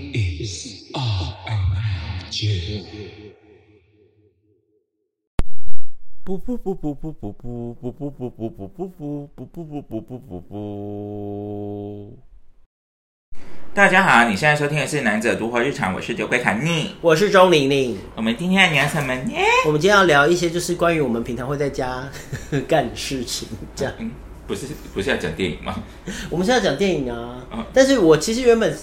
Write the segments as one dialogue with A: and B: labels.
A: is RMJ.
B: 不不不不不不不不不不不不不不不不不不不不不。
C: 大家好，你现在收听的是《南者独活日常》，我是酒鬼卡尼。
D: 我是钟玲玲，
C: 我们今天要聊什么呢？
D: 我们今天要聊一些就是关于我们平常会在家 干的事情，这样。
C: 嗯，不是不是要讲电影吗？
D: 我们现在讲电影啊
C: 嗯，
D: 但是我其实原本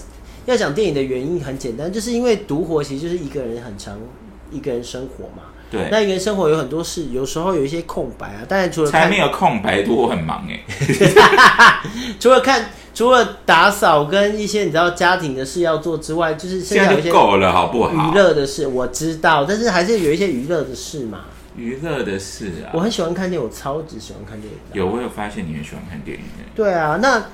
D: 要讲电影的原因很简单，就是因为独活其实就是一个人很长一个人生活嘛。
C: 对
D: 那一个人生活有很多事，有时候有一些空白啊。当然除了
C: 才
D: 看
C: 没有空白多，我很忙 哎、
D: 除了看除了打扫跟一些你知道家庭的事要做之外，就是
C: 这
D: 剩下有
C: 样
D: 一些
C: 就够了，好不好？
D: 娱乐的事，我知道，但是还是有一些娱乐的事嘛。
C: 娱乐的事啊
D: 我，很喜欢看电影，我超级喜欢看电影的。
C: 有我有发现你很喜欢看电影的，
D: 对啊，那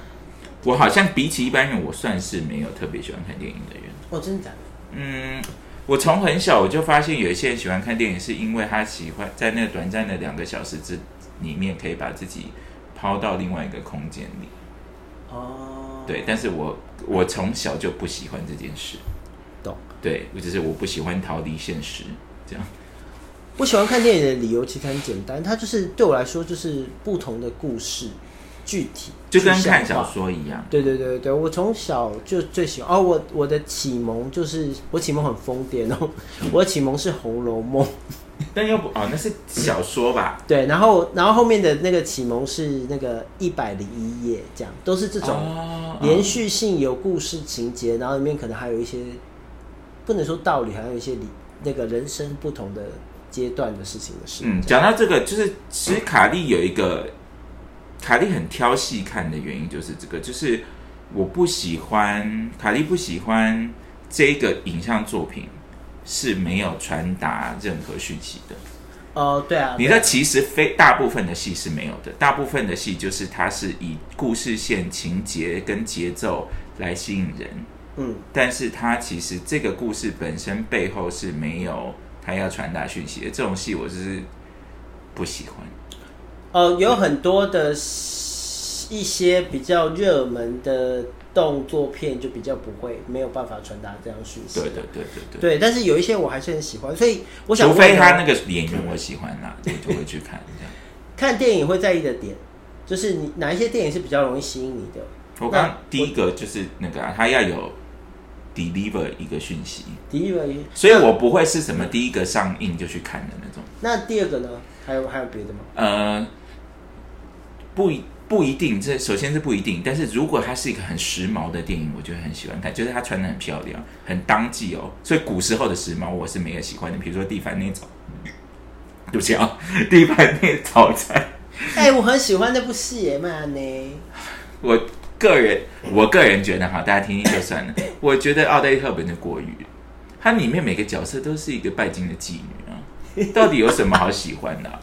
C: 我好像比起一般人，我算是没有特别喜欢看电影的人。
D: 哦，真的假的？
C: 嗯，我从很小我就发现有一些人喜欢看电影，是因为他喜欢在那短暂的两个小时之里面，可以把自己抛到另外一个空间里。
D: 哦，
C: 对，但是我我从小就不喜欢这件事。
D: 懂。
C: 对，我只是我不喜欢逃离现实，这样。
D: 我喜欢看电影的理由其实很简单，它就是对我来说就是不同的故事，具体
C: 就跟
D: 具象化
C: 看小。说一样，
D: 对对对对，我从小就最喜欢哦，我我的启蒙就是我启蒙很疯癫哦， 我的启蒙是《红楼梦》，
C: 但又不哦，那是小说吧？
D: 对，然后然后后面的那个启蒙是那个一百零一夜，这样都是这种
C: 哦
D: 连续性有故事情节，然后里面可能还有一些不能说道理，还有一些理那个人生不同的阶段的事情的事。
C: 嗯，
D: 这
C: 讲
D: 样
C: 到这个，就是其实卡莉有一个卡莉很挑戏看的原因就是这个，就是我不喜欢卡莉不喜欢这个影像作品是没有传达任何讯息的。
D: 哦，对啊，
C: 你
D: 对啊
C: 的其实非大部分的戏是没有的，大部分的戏就是它是以故事线、情节跟节奏来吸引人，
D: 嗯。
C: 但是它其实这个故事本身背后是没有它要传达讯息的。这种戏我就是不喜欢。
D: 呃，有很多的一些比较热门的动作片就比较不会没有办法传达这样讯息。
C: 对对对对对，
D: 对但是有一些我还是很喜欢，所以我想
C: 除
D: 问
C: 非
D: 哦
C: 他那个演员我喜欢啦，我就会去看这样。
D: 看电影会在意的点，就是你哪一些电影是比较容易吸引你的
C: 我刚刚第一个就是那个、啊，他要有 deliver 一个讯息，
D: 第一个，
C: 所以我不会是什么第一个上映就去看的那种。
D: 那第二个呢？还有还有别的吗？
C: 呃，不一不一定，这首先是不一定，但是如果它是一个很时髦的电影，我就会很喜欢看，就是它穿的很漂亮，很当季哦。所以古时候的时髦我是没有喜欢的，比如说蒂凡尼早，对不起啊，蒂凡尼早餐，
D: 哎、我很喜欢那部戏耶，曼呢？
C: 我个人我个人觉得哈，大家听听就算了。我觉得奥黛丽·赫本的国语，它里面每个角色都是一个拜金的妓女啊，到底有什么好喜欢的啊、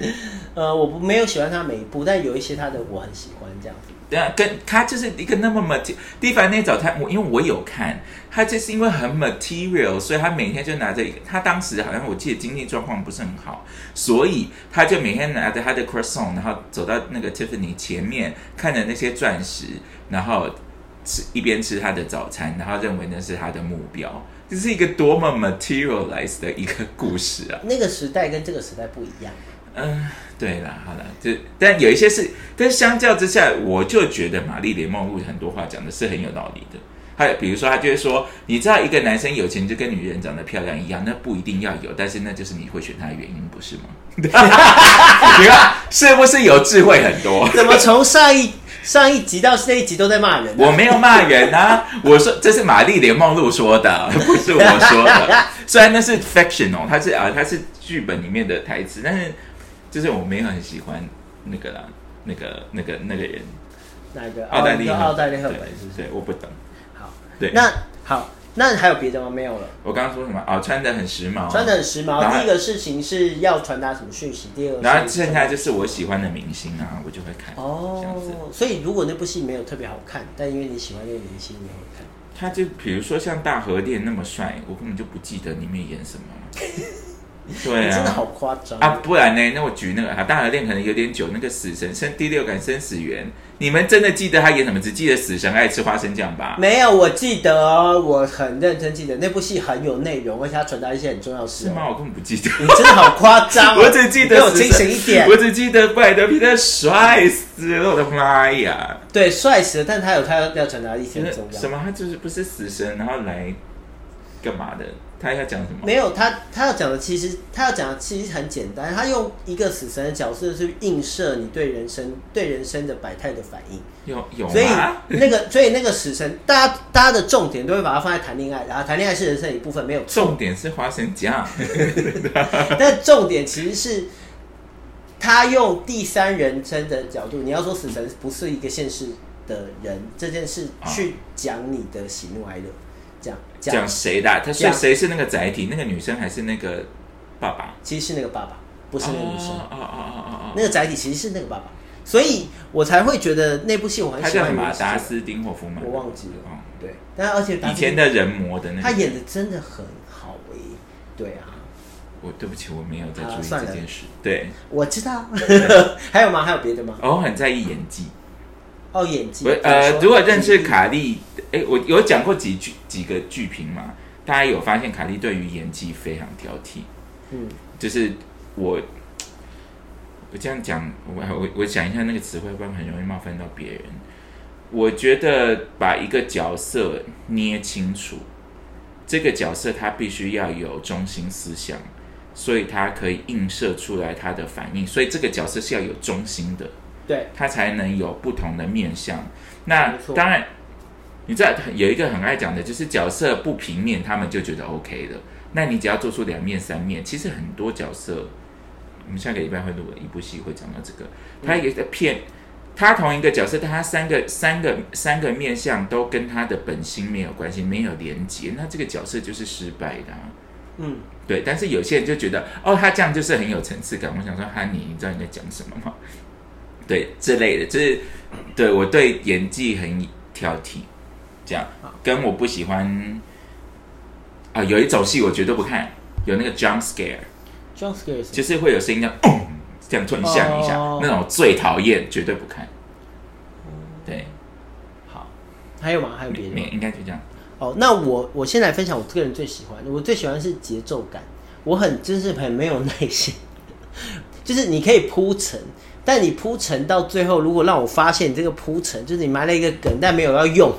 D: 呃，我不没有喜欢他每一部，但有一些他的我很喜欢这样子。
C: 对啊，跟他就是一个那么 material。蒂凡尼早餐，我因为我有看，他就是因为很 material，所以他每天就拿着一个，他当时好像我记得经济状况不是很好，所以他就每天拿着他的 croissant，然后走到那个 Tiffany 前面，看着那些钻石，然后吃一边吃他的早餐，然后认为那是他的目标。这是一个多么 materialized 的一个故事啊！
D: 那个时代跟这个时代不一样。
C: 嗯，对啦，好啦，就但有一些是，但相较之下，我就觉得玛丽莲梦露很多话讲的是很有道理的。还有比如说，他就会说，你知道一个男生有钱就跟女人长得漂亮一样，那不一定要有，但是那就是你会选他的原因，不是吗？ 你看是不是有智慧很多？
D: 怎么从上一上一集到这一集都在骂人、
C: 我没有骂人啊， 我说这是玛丽莲梦露说的， 不是我说 的。虽然那是 fictional，它是啊，它是剧本里面的台词，但是就是我没有很喜欢那个啦，那个那个那个人，
D: 哪一个？
C: 奥黛丽
D: 哦
C: 赫本，
D: 你说奥黛丽赫本是不是？
C: 对，对我不懂。
D: 好，
C: 对，
D: 那好，那还有别的吗？没有了。
C: 我刚刚说什么啊？穿的很时髦，
D: 穿的很时
C: 然后
D: 髦。第一个事情是要传达什么讯息？第二个是，
C: 然后剩下就是我喜欢的明星啊，我就会看。哦，这样子。
D: 哦，所以如果那部戏没有特别好看，但因为你喜欢那个明星，你会看。
C: 他就比如说像大河恋那么帅，我根本就不记得里面演什么。对
D: 你真的
C: 啊。
D: 好夸张
C: 啊，不然呢？那我举那个啊，大河恋可能有点久，那个死神生第六感生死缘，你们真的记得他演什么？只记得死神爱吃花生酱吧？
D: 没有，我记得哦，我很认真记得那部戏很有内容，而且它传达一些很重要的事
C: 是
D: 哦。
C: 吗？我根本不记 得。
D: 你真的好夸张、哦！
C: 我只记得
D: 你给我
C: 死神
D: 清醒一点
C: 我。只记得布莱德皮特帅死了，我的妈呀！
D: 对，帅死了，但他有他要传达的一些
C: 真
D: 很
C: 的
D: 重要。
C: 什么？他就是不是死神，然后来干嘛的？他要讲什么？
D: 没有，他他要讲的其实他要讲的其实很简单，他用一个死神的角色去映射你对人生对人生的百态的反应，哦啊
C: 有有
D: 所以
C: 吗？
D: 那个所以那个死神，大家大家的重点都会把它放在谈恋爱，然后谈恋爱是人生的一部分，没有错，
C: 重点是花生酱，
D: 但重点其实是他用第三人称的角度，你要说死神不是一个现实的人这件事
C: 啊
D: 去讲你的喜怒哀乐，这样
C: 讲
D: 讲
C: 谁的啊？他是
D: 讲
C: 谁是那个载体？那个女生还是那个爸爸？
D: 其实是那个爸爸，不
C: 不
D: 是那个女生。
C: 哦哦哦哦哦
D: 那个载体其实是那个爸爸，所以我才会觉得那部戏
C: 哦，
D: 我很
C: 他
D: 喜
C: 叫
D: 欢
C: 什
D: 的
C: 么啊？
D: 原因是这个。
C: 达斯汀霍夫曼，
D: 我忘记了
C: 哦。
D: 对，但而且达
C: 以
D: 斯
C: 前的人魔的那个，
D: 他演的真的很好诶、对啊，
C: 我对不起，我没有在注
D: 啊
C: 意
D: 算
C: 这
D: 了
C: 件事。对，
D: 我知道。 还有吗？还有别的吗？
C: 哦我很在意演技。
D: 哦，演技
C: 我。呃
D: 怎么，说
C: 如果认
D: 嗯
C: 识，卡莉，哎，我有讲过几句几个剧评嘛，大家有发现卡莉对于演技非常挑剔，
D: 嗯，
C: 就是我。我这样讲，我我我想一下那个词汇，不然很容易冒犯到别人。我觉得把一个角色捏清楚，这个角色他必须要有中心思想，所以他可以映射出来他的反应，所以这个角色是要有中心的。
D: 对，
C: 它才能有不同的面相。那
D: 没错
C: 当然，你知道有一个很爱讲的，就是角色不平面，他们就觉得 OK 了。那你只要做出两面、三面，其实很多角色，我们下个礼拜会录一部戏，会讲到这个。他也在骗，他同一个角色，但他三个、三个、三个面相都跟他的本心没有关系，没有连接，那这个角色就是失败的、啊。
D: 嗯，
C: 对，但是有些人就觉得，哦，他这样就是很有层次感。我想说，哈尼，你知道你在讲什么吗？对，之类的，就是对我对演技很挑剔，这样
D: 好，
C: 跟我不喜欢啊、有一种戏我绝对不看，有那个 jump scare，
D: j o h n s c a r e
C: 就是会有声音这样，砰这样突然吓你一下，
D: 哦
C: 那种我最讨厌，绝对不看。对，
D: 好。还有吗？还有哦别的
C: 你
D: 吗？
C: 应该就这样。
D: 哦，那我我先来分享我个人最喜欢的，我最喜欢是节奏感，我很真是很没有耐心， 就是你可以铺陈，但你铺陈到最后，如果让我发现你这个铺陈就是你埋了一个梗，但没有要用，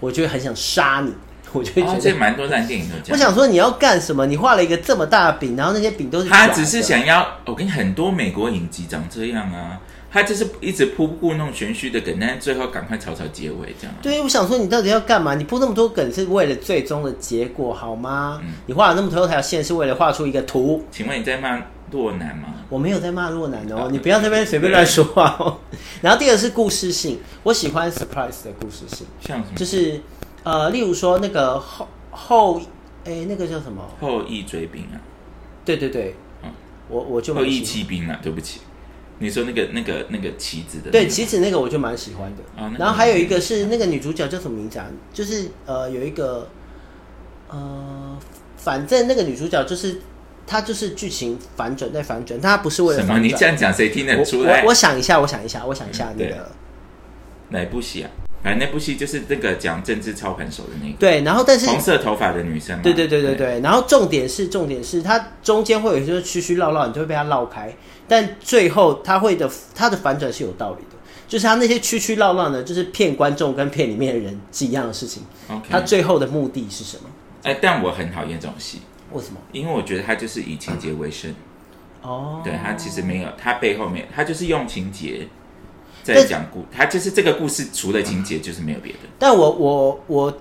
D: 我就会很想杀你， 我就会
C: 哦，
D: 觉
C: 这
D: 得，
C: 蛮多烂电影都这
D: 我
C: 样。
D: 想说你要干什么？你画了一个这么大的饼，然后那些饼都是
C: 他
D: 假
C: 只是
D: 的
C: 想要，我跟你很多美国影集长这样啊，他就是一直铺故弄玄虚的梗，但是最后赶快草草结尾这样啊。
D: 对，我想说你到底要干嘛？你铺那么多梗是为了最终的结果好吗？
C: 嗯
D: 你画了那么多条线是为了画出一个图，
C: 请问你在骂洛南吗？
D: 我没有在骂洛南哦
C: 啊，
D: 你不要在那边随便乱说话哦。 然后第二个是故事性，我喜欢 surprise 的故事性，
C: 像什么
D: 就是呃，例如说那个后后诶，那个叫什么？
C: 后羿追兵啊，
D: 对对对
C: 嗯，
D: 我我就
C: 后
D: 蛮
C: 羿
D: 喜
C: 弃兵啊，对不起，你说那个那个那个棋子的那个
D: 对棋子那个我就蛮喜欢的
C: 啊那。个
D: 然后还有一个是那个女主角叫什么名字啊？就是呃有一个呃，反正那个女主角就是她就是剧情反转再反转，但她不是为了
C: 什
D: 反
C: 么？
D: 转。
C: 你这样讲谁听得出来
D: 我我？我想一下，我想一下，我想一下
C: 嗯
D: 那
C: 对
D: 个。
C: 哪部戏啊？反正那部戏就是那个讲政治操盘手的那个
D: 对，然后但是
C: 红色头发的女生嘛。啊
D: 对对对对对，然后重点是重点是它中间会有一些曲曲绕绕，你就会被它绕开，但最后它会的它的反转是有道理的，就是它那些曲曲绕绕呢，就是骗观众跟骗里面的人是一样的事情，
C: ，OK。
D: 它最后的目的是什么？
C: 哎，但我很讨厌这种戏，
D: 为什么？
C: 因为我觉得他就是以情节为生。
D: 哦，
C: 对他其实没有，他背后没有，他就是用情节在
D: 但
C: 讲故，他就是这个故事除了情节就是没有别的。
D: 但我我我，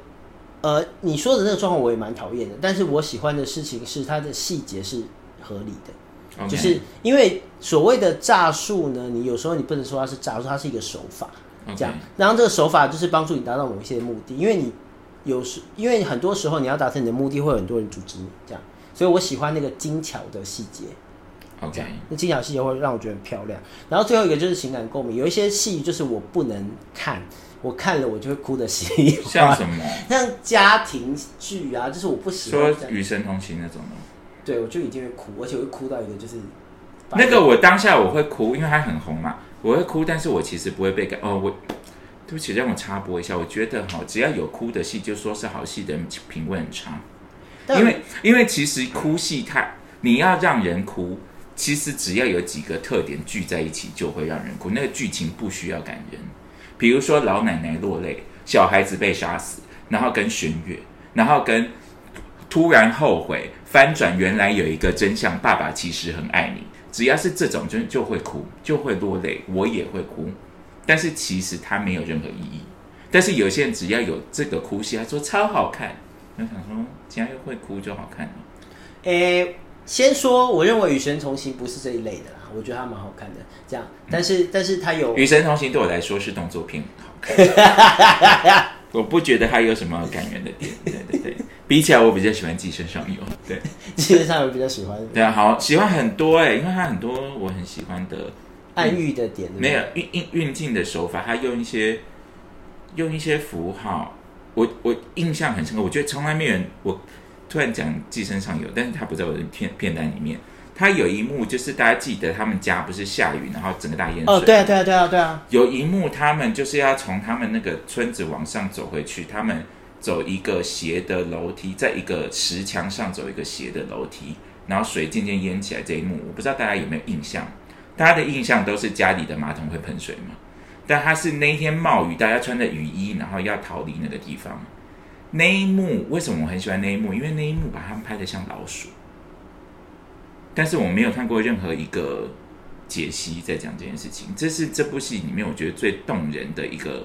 D: 呃，你说的那个状况我也蛮讨厌的，但是我喜欢的事情是它的细节是合理的。
C: OK
D: 啊就是因为所谓的诈术呢，你有时候你不能说它是诈术，它是一个手法，
C: OK
D: 这样。然后这个手法就是帮助你达到某一些目的，因为你有时，因为很多时候你要达成你的目的，会有很多人阻止你，这样。所以我喜欢那个精巧的细节，
C: OK，
D: 那精巧细节会让我觉得很漂亮。然后最后一个就是情感共鸣，有一些戏就是我不能看，我看了我就会哭的稀里哗
C: 像
D: 啦
C: 什么
D: 像家庭剧啊，就是我不喜欢
C: 说
D: 这样
C: 《与神同行》那种的，
D: 对我就一定会哭，而且我会哭到一个就是
C: 那个我当下我会哭，因为它很红嘛，我会哭，但是我其实不会被感哦，我对不起，让我插播一下，我觉得哈，只要有哭的戏，就说是好戏的人品味很差，
D: 但
C: 因为因为其实哭戏它你要让人哭，其实只要有几个特点聚在一起，就会让人哭，那个剧情不需要感人，比如说老奶奶落泪，小孩子被杀死，然后跟弦乐，然后跟突然后悔，翻转原来有一个真相，爸爸其实很爱你。只要是这种，就就会哭，就会落泪，我也会哭。但是其实它没有任何意义。但是有些人只要有这个哭戏，他说超好看，我想说，既然又会哭就好看了。
D: 诶、先说我认为《与神同行》不是这一类的啦，我觉得它蛮好看的。这样，但是、但是它有
C: 《与 神同行》对我来说是动作片，好看。我不觉得它有什么感人的点，对对对，比起来我比较喜欢《寄生上游》，对。
D: 基本上有比较喜欢
C: 对啊，好喜欢很多哎、因为他很多我很喜欢的，
D: 暗喻的点，对不对
C: 没有运运运镜的手法，他用一些用一些符号，我我印象很深刻，我觉得从来没有人我突然讲《寄生上游》，但是他不在我的片片单里面。他有一幕就是大家记得他们家不是下雨，然后整个大淹水。
D: 哦，对啊，对啊，对啊，对啊，
C: 有一幕，他们就是要从他们那个村子往上走回去，他们走一个斜的楼梯，在一个石墙上走一个斜的楼梯，然后水渐渐淹起来。这一幕我不知道大家有没有印象，大家的印象都是家里的马桶会喷水嘛？但他是那一天冒雨，大家穿着雨衣，然后要逃离那个地方。那一幕为什么我很喜欢那一幕？因为那一幕把他们拍得像老鼠，但是我没有看过任何一个解析在讲这件事情，这是这部戏里面我觉得最动人的一个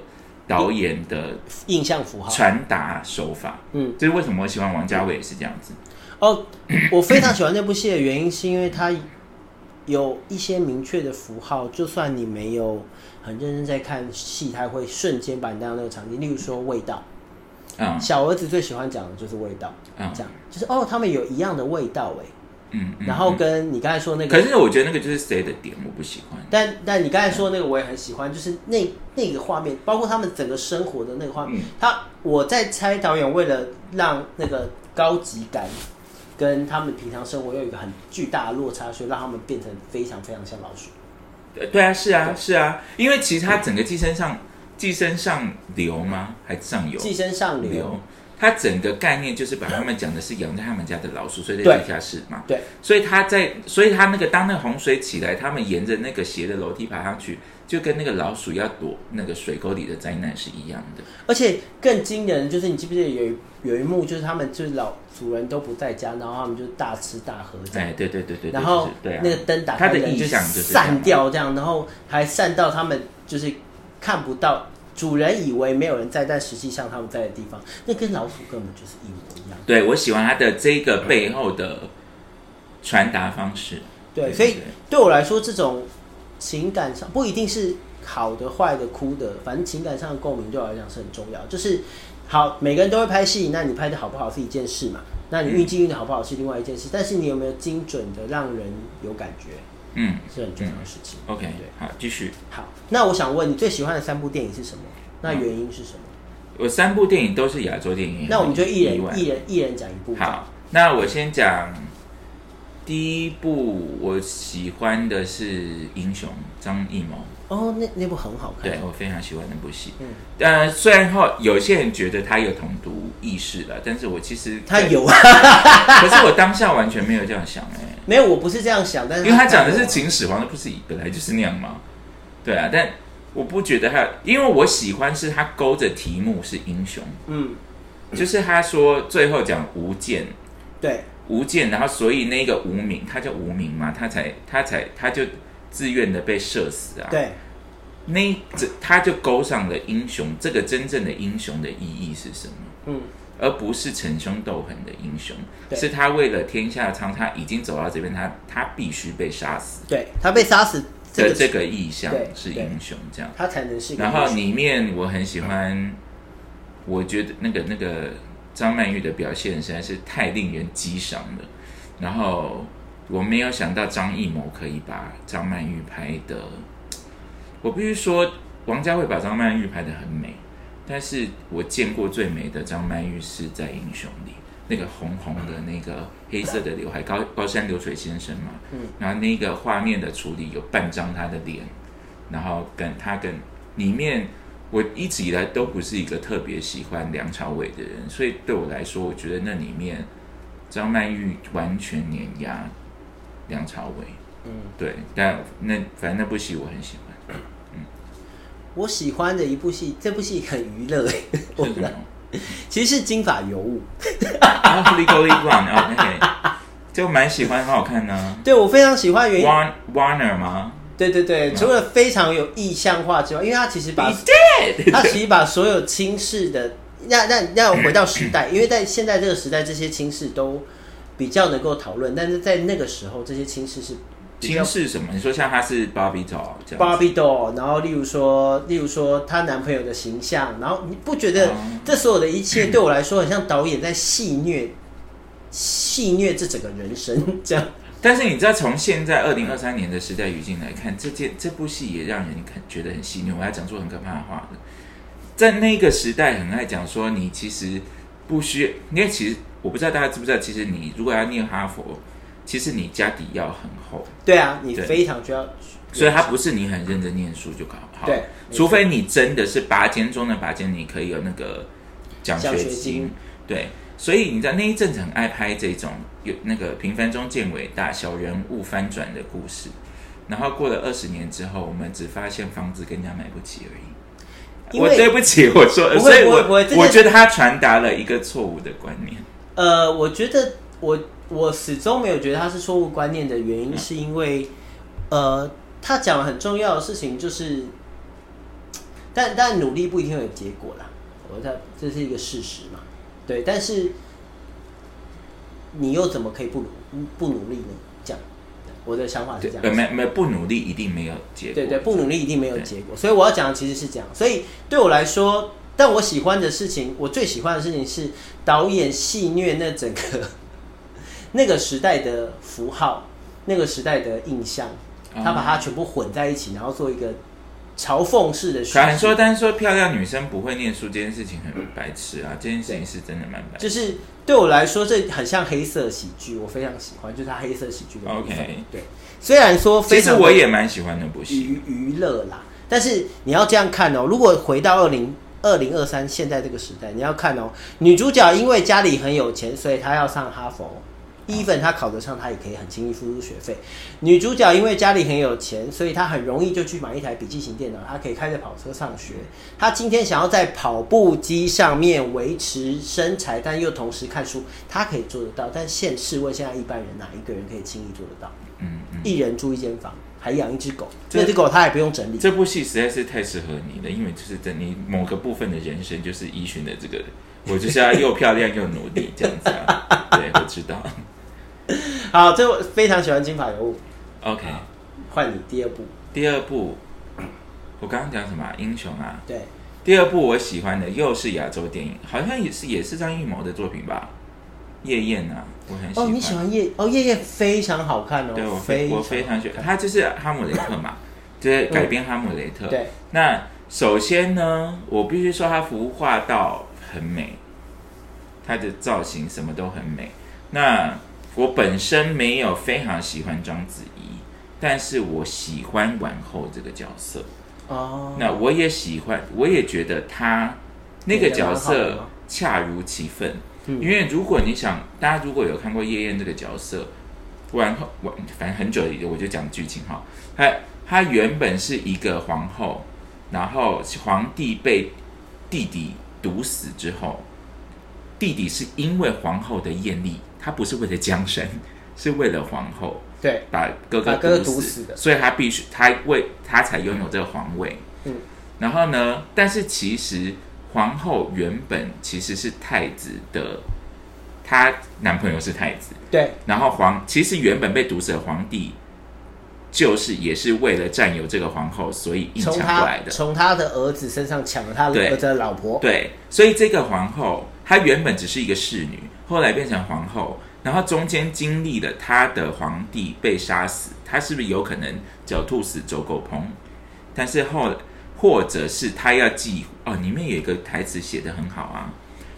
C: 导演的
D: 印象符号。
C: 传达手法。
D: 嗯，
C: 这是为什么我喜欢王家卫也是这样子。
D: 哦，我非常喜欢这部戏的原因是因为它有一些明确的符号，就算你没有很认真在看戏，它会瞬间把你带到那个场景。例如说味道，
C: 嗯
D: 小儿子最喜欢讲的就是味道，
C: 嗯
D: 这样就是哦，他们有一样的味道哎，
C: 嗯，嗯
D: 然后跟你刚才说那个
C: 可是我觉得那个就是谁的点我不喜欢。
D: 但但你刚才说那个我也很喜欢，就是那那个画面，包括他们整个生活的那个画面。
C: 嗯
D: 他我在猜导演为了让那个高级感跟他们平常生活有一个很巨大的落差，所以让他们变成非常非常像老鼠。
C: 呃对啊，是啊，是啊，因为其实他整个寄生上寄生上流吗？还是上游？
D: 寄生上流
C: 流，，它整个概念就是把他们讲的是养在他们家的老鼠，所以在
D: 对
C: 地下室嘛。
D: 对，
C: 所以他在，所以他那个当那个洪水起来，他们沿着那个斜的楼梯爬上去，就跟那个老鼠要躲那个水沟里的灾难是一样的。
D: 而且更惊人的就是，你记不记得有一有一幕，就是他们就是老主人都不在家，然后他们就大吃大喝这样。
C: 哎，对对对对对，
D: 然
C: 就
D: 后
C: 是对啊，
D: 那个灯打
C: 他
D: 开，
C: 的
D: 人
C: 意
D: 就
C: 象就是这样啊
D: 散。掉这样，然后还散到他们就是看不到主人以为没有人在，但实际上他们在的地方，那跟老鼠根本就是一模一样。
C: 对我喜欢他的这个背后的传达方式。
D: 对，
C: 对
D: 所以
C: 对
D: 对我来说，这种情感上不一定是好的、坏的、哭的，反正情感上的共鸣对我来讲是很重要。就是好，每个人都会拍戏，那你拍的好不好是一件事嘛，
C: 嗯
D: 那你运镜运的好不好是另外一件事，但是你有没有精准的让人有感觉
C: 嗯
D: 是很重要的事情。
C: ，OK，
D: 对。
C: 好，继续。
D: 好，那我想问你最喜欢的三部电影是什么？那原因是什么？
C: 我三部电影都是亚洲电影，
D: 那我们就一人
C: 嗯意外
D: 一人一人讲一部。
C: 好，那我先讲第一部，我喜欢的是《英雄》张艺谋，
D: 哦，那那部很好看。
C: 对我非常喜欢那部戏。
D: 嗯
C: 呃，虽然后有些人觉得他有统独意识了，但是我其实
D: 他
C: 对，
D: 有啊，
C: 可是我当下完全没有这样想哎、
D: 没有，我不是这样想，但是
C: 因为他讲的
D: 看
C: 是
D: 过
C: 秦始皇的故事，本来就是那样嘛。对啊，但我不觉得他，因为我喜欢是他勾着题目是英雄，
D: 嗯，
C: 就是他说最后讲无间，
D: 对，
C: 无间，然后所以那个无名，他叫无名嘛，他才他才他就自愿的被射死啊。，
D: 对，
C: 那这他就勾上了英雄，这个真正的英雄的意义是什么？
D: 嗯，
C: 而不是逞凶斗狠的英雄，
D: 对
C: 是他为了天下苍，他已经走到这边，他他必须被杀死
D: 对他被杀死这
C: 的
D: 个
C: 这个意象
D: 对
C: 是
D: 对
C: 英雄这样。
D: 他才能是一个英
C: 然
D: 雄。
C: 后里面我很喜欢，我觉得那个那个张曼玉的表现实在是太令人激赏了。然后我没有想到张艺谋可以把张曼玉拍的，我必须说王家卫把张曼玉拍的很美，但是我见过最美的张曼玉是在《英雄》里，那个红红的那个黑色的刘海，高高山流水先生嘛，嗯，然后那个画面的处理有半张他的脸，然后跟他跟里面，我一直以来都不是一个特别喜欢梁朝伟的人，所以对我来说，我觉得那里面张曼玉完全碾压梁朝伟，嗯，对，但那反正那部戏我很喜欢，
D: 我喜欢的一部戏，这部戏很娱乐， 我
C: 是什么？
D: 其实是《金发尤物》。
C: 啊，Legally Blonde，哦，OK，就蛮喜欢，很好看呢、
D: 对我非常喜欢的原因，
C: Warn Warner 吗
D: 对对对，除了非常有意象化之外，因为它其实把
C: ？He's dead
D: 它其实把所有轻视的，那那那回到时代，因为在现在这个时代，这些轻视都比较能够讨论，但是在那个时候，这些轻视是比较
C: 轻视什么？你说像他是 Barbie doll 这样子
D: Barbie doll，然后例如说，例如说她男朋友的形象，然后你不觉得这所有的一切对我来说很像导演在戏虐，戏虐这整个人生这样？
C: 但是你知道，从现在二零二三年的时代语境来看，这件这部戏也让人很觉得很戏虐。我要讲出很可怕的话了，在那个时代很爱讲说，你其实不需，因为其实我不知道大家知不知道，其实你如果要念哈佛，其实你家底要很厚。
D: 对啊，你
C: 对
D: 非常需要，
C: 所以它不是你很认真念书就考好，
D: 对没
C: 除
D: 错
C: 非你真的是拔尖中的拔尖，你可以有那个奖学
D: 奖学金
C: 对，所以你知道那一阵子很爱拍这种有那个平凡中见伟大、小人物翻转的故事。然后过了二十年之后，我们只发现房子跟人家买不起而已。
D: 因
C: 我对
D: 为
C: 不起，我说，
D: 不会
C: 所以
D: 不会
C: 我
D: 不会这件
C: 我觉得他传达了一个错误的观念。
D: 呃，我觉得我我始终没有觉得他是错误观念的原因，是因为呃，他讲了很重要的事情就是，但但努力不一定会有结果啦，我在这是一个事实嘛，对，但是你又怎么可以不努不努力呢？这样，我的想法是
C: 对
D: 这，样
C: 呃，
D: 子。
C: 没没不努力一定没有结果。
D: 对对，不努力一定没有结果。所以我要讲的其实是这样。所以对我来说，但我喜欢的事情，我最喜欢的事情是导演戏虐那整个那个时代的符号，那个时代的印象，
C: 哦
D: 他把它全部混在一起，然后做一个嘲讽式的叙
C: 传
D: 述。
C: 说，但是说漂亮女生不会念书这件事情很白痴啊，这件事情是真的蛮白痴。
D: 就是对我来说，这很像黑色喜剧，我非常喜欢，就是它黑色喜剧的部分。
C: 哦 OK
D: 对，虽然说非
C: 其实
D: 常
C: 我也蛮喜欢那部戏，
D: 娱娱乐啦。但是你要这样看哦，如果回到二零二零二三现在这个时代，你要看哦，女主角因为家里很有钱，所以她要上哈佛。even 她考得上，她也可以很轻易付出学费。女主角因为家里很有钱，所以她很容易就去买一台笔记型电脑，她可以开着跑车上学。她今天想要在跑步机上面维持身材，但又同时看书，她可以做得到。但现试问现在一般人哪一个人可以轻易做得到？
C: 嗯嗯，
D: 一人住一间房，还养一只狗，
C: 这
D: 那只狗它也不用整理。
C: 这部戏实在是太适合你了，因为就是在你某个部分的人生就是依循的这个，我就是要又漂亮又努力这样子啊。对，我知道。
D: 好，这我非常喜欢《金发尤物》。
C: OK，
D: 换你第二部，
C: 第二部，我刚刚讲什么啊、英雄啊？
D: 对，
C: 第二部我喜欢的又是亚洲电影，好像也是也是张艺谋的作品吧，《夜宴》啊，我很喜
D: 哦，
C: 欢。
D: 你喜欢夜哦，夜夜非常好看哦，
C: 对我
D: 非
C: 非我非常喜欢，他就是哈姆雷特嘛，就是改编哈姆雷特。
D: 对，
C: 那首先呢，我必须说他服化道很美，他的造型什么都很美。那我本身没有非常喜欢章子怡，但是我喜欢王后这个角色。
D: 哦，
C: 那我也喜欢，我也觉得他那个角
D: 演得蛮好的
C: 色
D: 嘛
C: 恰如其分。
D: 嗯
C: 因为如果你想，大家如果有看过夜宴这个角色，然后我反正很久以前我就讲剧情哈，她她原本是一个皇后，然后皇帝被弟弟毒死之后，弟弟是因为皇后的艳丽，他不是为了江山，是为了皇后。
D: 对，
C: 把哥
D: 把
C: 哥
D: 哥哥
C: 毒
D: 毒
C: 死
D: 死的
C: 所以他必须他为他才拥有这个皇位。
D: 嗯，
C: 然后呢，但是其实皇后原本其实是太子的，她男朋友是太子，
D: 对，
C: 然后皇其实原本被毒死的皇帝。就是也是为了占有这个皇后，所以硬抢
D: 从
C: 过
D: 他
C: 来的。
D: 从他的儿子身上抢了他
C: 对
D: 儿子的老婆，
C: 对，所以这个皇后她原本只是一个侍女，后来变成皇后，然后中间经历了她的皇帝被杀死，她是不是有可能狡兔死走狗烹？但是后或者是她要继哦，里面有一个台词写的很好啊，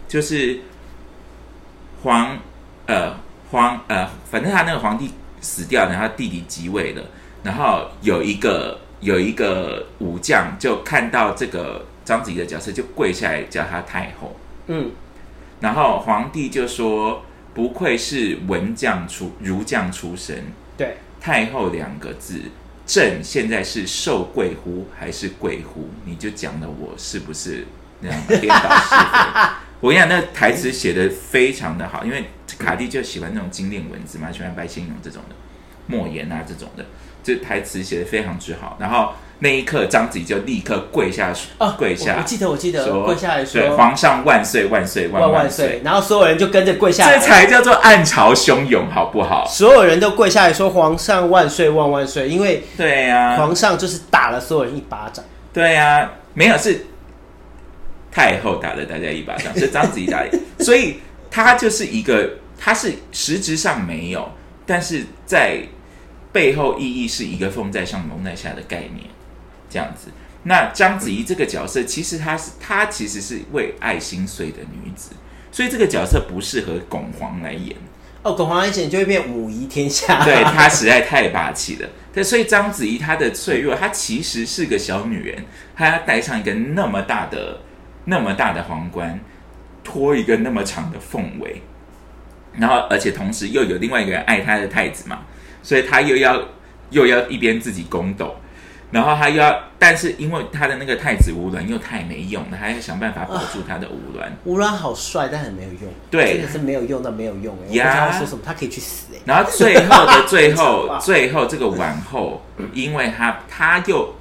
C: 就是皇呃皇呃，反正他那个皇帝死掉，然后弟弟即位了，然后有一个有一个武将就看到这个章子怡的角色，就跪下来叫她太后，
D: 嗯，
C: 然后皇帝就说：“不愧是文将出儒将出身，
D: 对，
C: 太后两个字。”朕现在是受贵乎还是贵乎？你就讲了我是不是那样颠倒是非？我跟你讲，那台词写的非常的好，因为卡蒂就喜欢那种精炼文字嘛，喜欢白先勇这种的，莫言啊这种的，这台词写的非常之好。然后那一刻，章子怡就立刻跪下，
D: 哦，
C: 跪
D: 我
C: 下
D: 我，记得我记得
C: 说
D: 跪下来
C: 对
D: 说
C: 皇上万岁万岁万
D: 万
C: 万
D: 万岁，，然后所有人就跟着跪下
C: 这
D: 来，
C: 才叫做暗潮汹涌，好不好？
D: 所有人都跪下来说皇上万岁万万岁，因为
C: 对呀、
D: 皇上就是打了所有人一巴掌。
C: 对呀、没有是太后打了大家一巴掌，是章子怡打的，所以她就是一个，她是实质上没有，但是在背后意义是一个凤在上龙在下的概念，这样子。那章子怡这个角色，其实她是她其实是为爱心碎的女子，所以这个角色不适合巩皇来演。
D: 哦，巩皇安显就会变武夷天下。
C: 对她实在太霸气了。对，所以章子怡她的脆弱，她其实是个小女人，她要戴上一个那么大的、那么大的皇冠，拖一个那么长的凤尾，然后而且同时又有另外一个人爱她的太子嘛，所以她又要又要一边自己宫斗。然后她又要，但是因为她的那个太子无卵又太没用了，她要想办法保住她的无卵。
D: 吴兰好帅，但很没有用。
C: 对
D: 真的是没有用到没有用哎、我不知
C: 呀
D: 道他说什么，他可以去死哎、
C: 然后最后的最
D: 很长
C: 后，
D: 吧
C: 最后这个王后，因为她她又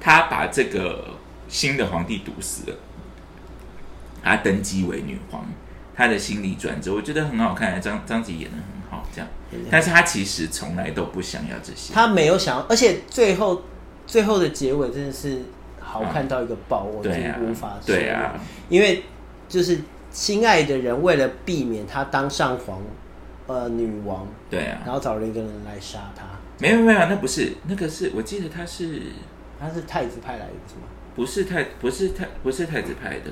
C: 她把这个新的皇帝毒死了，她登基为女皇，她的心理转折，我觉得很好看，张张子怡演的很好，这样
D: 真的。
C: 但是她其实从来都不想要这些，
D: 他没有想要，而且最后最后的结尾真的是好看到一个爆，我真
C: 对啊
D: 的无法，说。
C: 对啊，
D: 因为就是心爱的人为了避免他当上皇呃女王，
C: 对啊，
D: 然后找了一个人来杀他，
C: 没有没有，那不是那个是我记得她是
D: 他是太子派来的是吗？
C: 不是太不是太不是太子派的，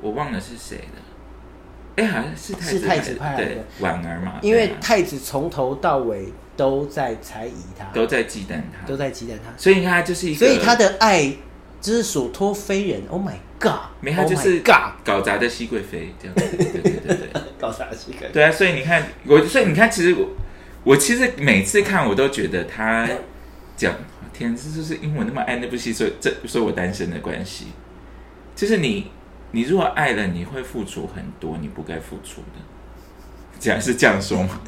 C: 我忘了是谁的。哎，好像是太
D: 是
C: 子
D: 太
C: 派
D: 子
C: 的
D: 派来
C: 对
D: 的，
C: 婉儿嘛，
D: 因为
C: 对啊
D: 太子从头到尾都在猜疑他，
C: 都在忌惮他，
D: 都在忌惮他，
C: 所以你看他就是一个，
D: 所以他的爱就是所托非人。Oh my god！
C: 没他就是
D: oh my
C: 搞砸的熹贵妃这样子，对对对对对
D: god，搞啥西个？
C: 对啊，所以你看我，所以你看，其实我我其实每次看我都觉得他讲，天，这就是因为我那么爱那部戏，所以这所以我单身的关系，就是你你如果爱了，你会付出很多你不该付出的，讲是这样说吗？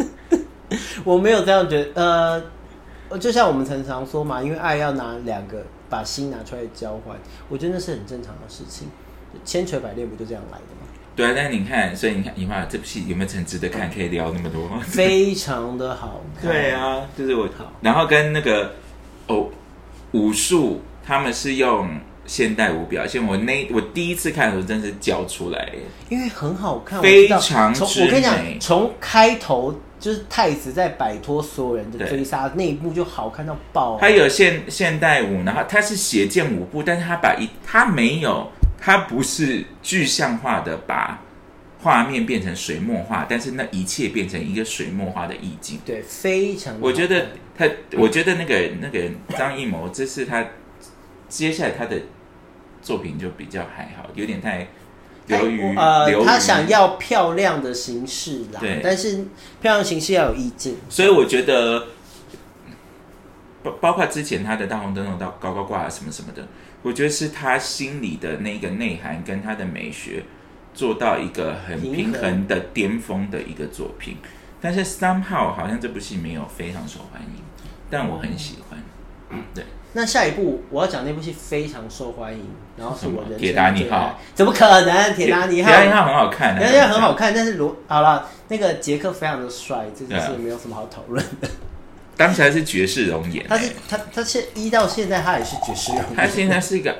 D: 我没有这样觉得。呃，呃就像我们常常说嘛，因为爱要拿两个把心拿出来交换，我觉得那是很正常的事情。千锤百炼不就这样来的吗？
C: 对啊，但是你看，所以你看，你妈这部戏有没有很值得看？可以聊那么多。
D: 非常的好看。
C: 对，啊，就是我
D: 好，
C: 然后跟那个哦，武术他们是用现代舞表现。我那我第一次看的时候，真是叫出来耶。
D: 因为很好看，
C: 非常
D: 我知道
C: 之
D: 从我跟你
C: 美
D: 讲，从开头就是太子在摆脱所有人的
C: 对
D: 追杀那一幕就好看到爆、啊
C: 他。有现现代舞，然后他是斜剑舞步，但是他把一他没有，他不是具象化的把画面变成水墨画，但是那一切变成一个水墨画的意境。
D: 对，非常好看。
C: 我觉得他，我觉得那个那个张艺谋，这是他接下来他的作品就比较还好，有点太流于、
D: 呃
C: 流，于。
D: 他想要漂亮的形式啦
C: 对，
D: 但是漂亮形式要有意境。
C: 所以我觉得，包包括之前他的大红灯笼到高高挂啊什么什么的，我觉得是他心里的那个内涵跟他的美学做到一个很平
D: 平衡
C: 衡的巅峰的一个作品。但是 somehow 好像这部戏没有非常受欢迎，但我很喜欢。对，
D: 那下一部我要讲那部戏非常受欢迎，然后是我人生
C: 嗯铁达尼
D: 最爱
C: 号，
D: 怎么可能？铁达尼号，
C: 铁达尼号很好看、啊，
D: 人家很好看，但是罗好了，那个杰克非常的帅，这
C: 对
D: 件
C: 啊
D: 事没有什么好讨论的。
C: 当时还是绝世容颜、哎
D: 他是他他是一到现在他也是爵士人
C: 他现在是一个，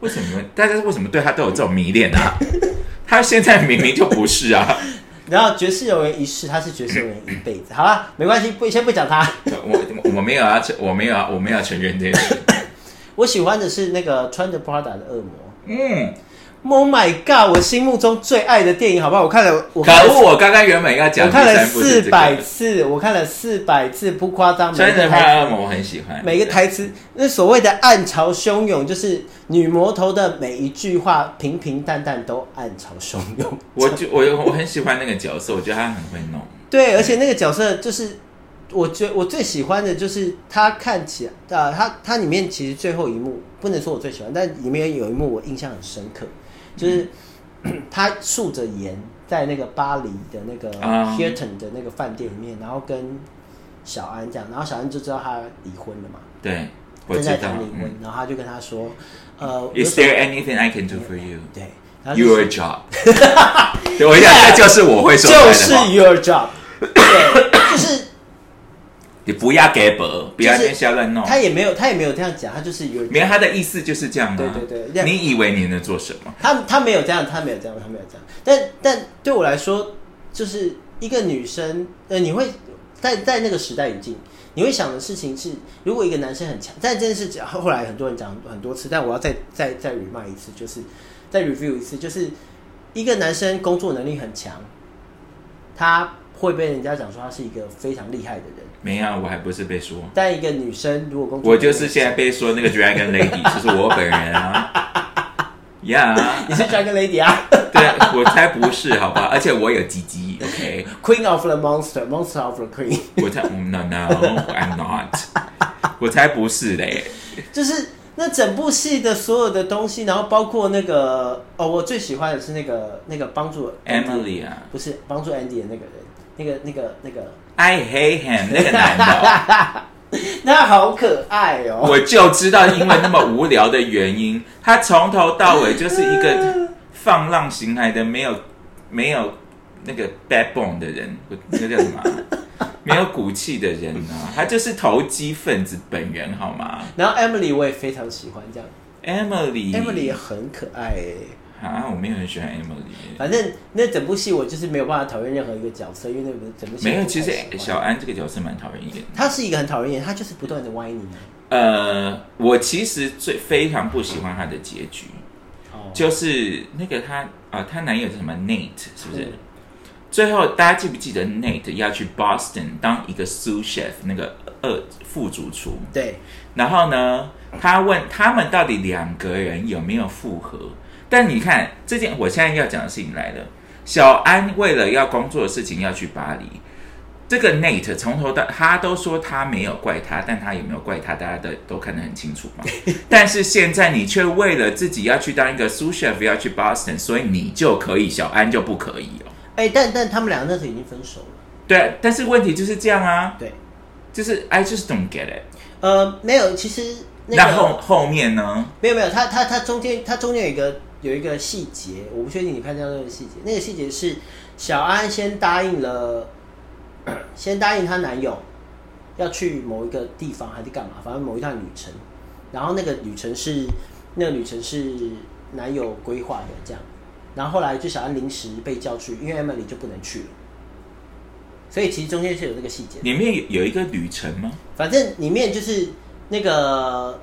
C: 为什么大家为什么对他都有这种迷恋啊？ 他现在明明就不是啊！
D: 然后爵士游人一世，他是爵士游人一辈子。好了，没关系，不先不讲他。
C: 我我我没有啊，承我没有啊，我没有承认这件事。
D: 我喜欢的是那个穿着 Prada 的恶魔，
C: 嗯，
D: Oh my god！我心目中最爱的电影，好不好？我看了，我
C: 可
D: 看了
C: 恶！我刚刚原本要讲
D: 我
C: 第
D: 看了
C: 三部是
D: 四
C: 这
D: 百
C: 个，
D: 次，我看了四百次，不夸张。每
C: 真
D: 个
C: 的怕
D: 台词
C: 恶魔我很喜欢，
D: 每个台词，那所谓的暗潮汹涌，就是女魔头的每一句话平平淡淡都暗潮汹涌。
C: 我就我我很喜欢那个角色，我觉得他很会弄。
D: 对，而且那个角色就是，我觉我最喜欢的就是他看起来，啊，他他里面其实最后一幕不能说我最喜欢，但里面有一幕我印象很深刻，
C: 嗯
D: 就是、嗯他竖着盐在那个巴黎的那个
C: 啊
D: Hilton 的那个饭店里面，然后跟小安这样，然后小安就知道他离婚了嘛，
C: 对，我
D: 正
C: 知
D: 在
C: 道
D: 谈离。婚
C: 嗯，
D: 然后他就跟他说，呃，我
C: Is there anything I can do for you?
D: 对，然后就
C: Your job 。 对，我想这就是我会说出来
D: 就
C: 的
D: 是
C: 话
D: your job，对，就是。
C: 你不要给薄，不要
D: 就是
C: 在瞎乱弄。
D: 他也没有，他也没有这样讲，他就是有，
C: 没有他的意思就是这样吗？
D: 对对对
C: 你以为你能做什么？
D: 他他没有这样，他没有这样，他没有这样。但但对我来说，就是一个女生，呃，你会在在那个时代语境，你会想的事情是，如果一个男生很强，但这件事情后来很多人讲很多次，但我要再再再 remind 一次，就是再 review 一次，就是一个男生工作能力很强，他会被人家讲说他是一个非常厉害的人，
C: 没有，我还不是被说。
D: 但一个女生如果工作，
C: 我就是现在被说那个 Dragon Lady，就是我本人啊。Yeah，
D: 你是 Dragon Lady 啊。
C: 对，我才不是，好吧？而且我有鸡鸡，OK？
D: Queen of the Monster, Monster of the Queen，
C: 我才 No No，I'm not，我才不是嘞。
D: 就是那整部戏的所有的东西，然后包括那个哦，我最喜欢的是那个那个帮助 Andy-
C: Emily 啊
D: 不是帮助 Andy 的那个人，那个那个那个，
C: I hate him 那个男的，
D: 那好可爱哦。
C: 我就知道，因为那么无聊的原 因，他从头到尾就是一个放浪形骸的，没有没有那个 backbone 的人，我那个叫什么啊？ 没有骨气的人啊，他就是投机分子本人，好吗
D: 然后 Emily 我也非常喜欢这样
C: ？Emily，
D: ，Emily 也很可爱欸、
C: 啊，我没有很喜欢 Emily。
D: 反正那整部戏我就是没有办法讨厌任何一个角色，因为那整部戏
C: 没有，
D: 我不
C: 其
D: 太
C: 实
D: 喜欢
C: 小安这个角色蛮讨人厌的。
D: 他是一个很讨人厌，他就是不断的歪你啊。
C: 呃，我其实最非常不喜欢他的结局，
D: 哦，
C: 就是那个她啊，她、男友叫什么 Nate 是不是？
D: 嗯
C: 最后大家记不记得 Nate 要去 Boston 当一个 sous chef 那个呃副主厨？
D: 对，
C: 然后呢，他问他们到底两个人有没有复合？但你看这件，我现在要讲的事情来了。小安为了要工作的事情要去巴黎，这个 Nate 从头到他都说他没有怪他，但他也没有怪他，大家都都看得很清楚 嘛。但是现在你却为了自己要去当一个 sous chef 要去 Boston，所以你就可以，小安就不可以哦。
D: 哎、但但他们俩那时候已经分手了，
C: 对，但是问题就是这样啊，
D: 对。
C: 就是 I just don't get it。
D: 呃，没有，其实那个
C: 那后后面呢？
D: 没有没有，他他他中间他中间有一个有一个细节，我不确定你看到那个细节，那个细节是小安先答应了， 先答应她男友要去某一个地方还是干嘛，反正某一趟旅程，然后那个旅程是那个旅程是男友规划的这样，然后后来就小安临时被叫去，因为 Emily 就不能去了，所以其实中间是有这个细节。
C: 里面有有一个旅程吗？
D: 反正里面就是那个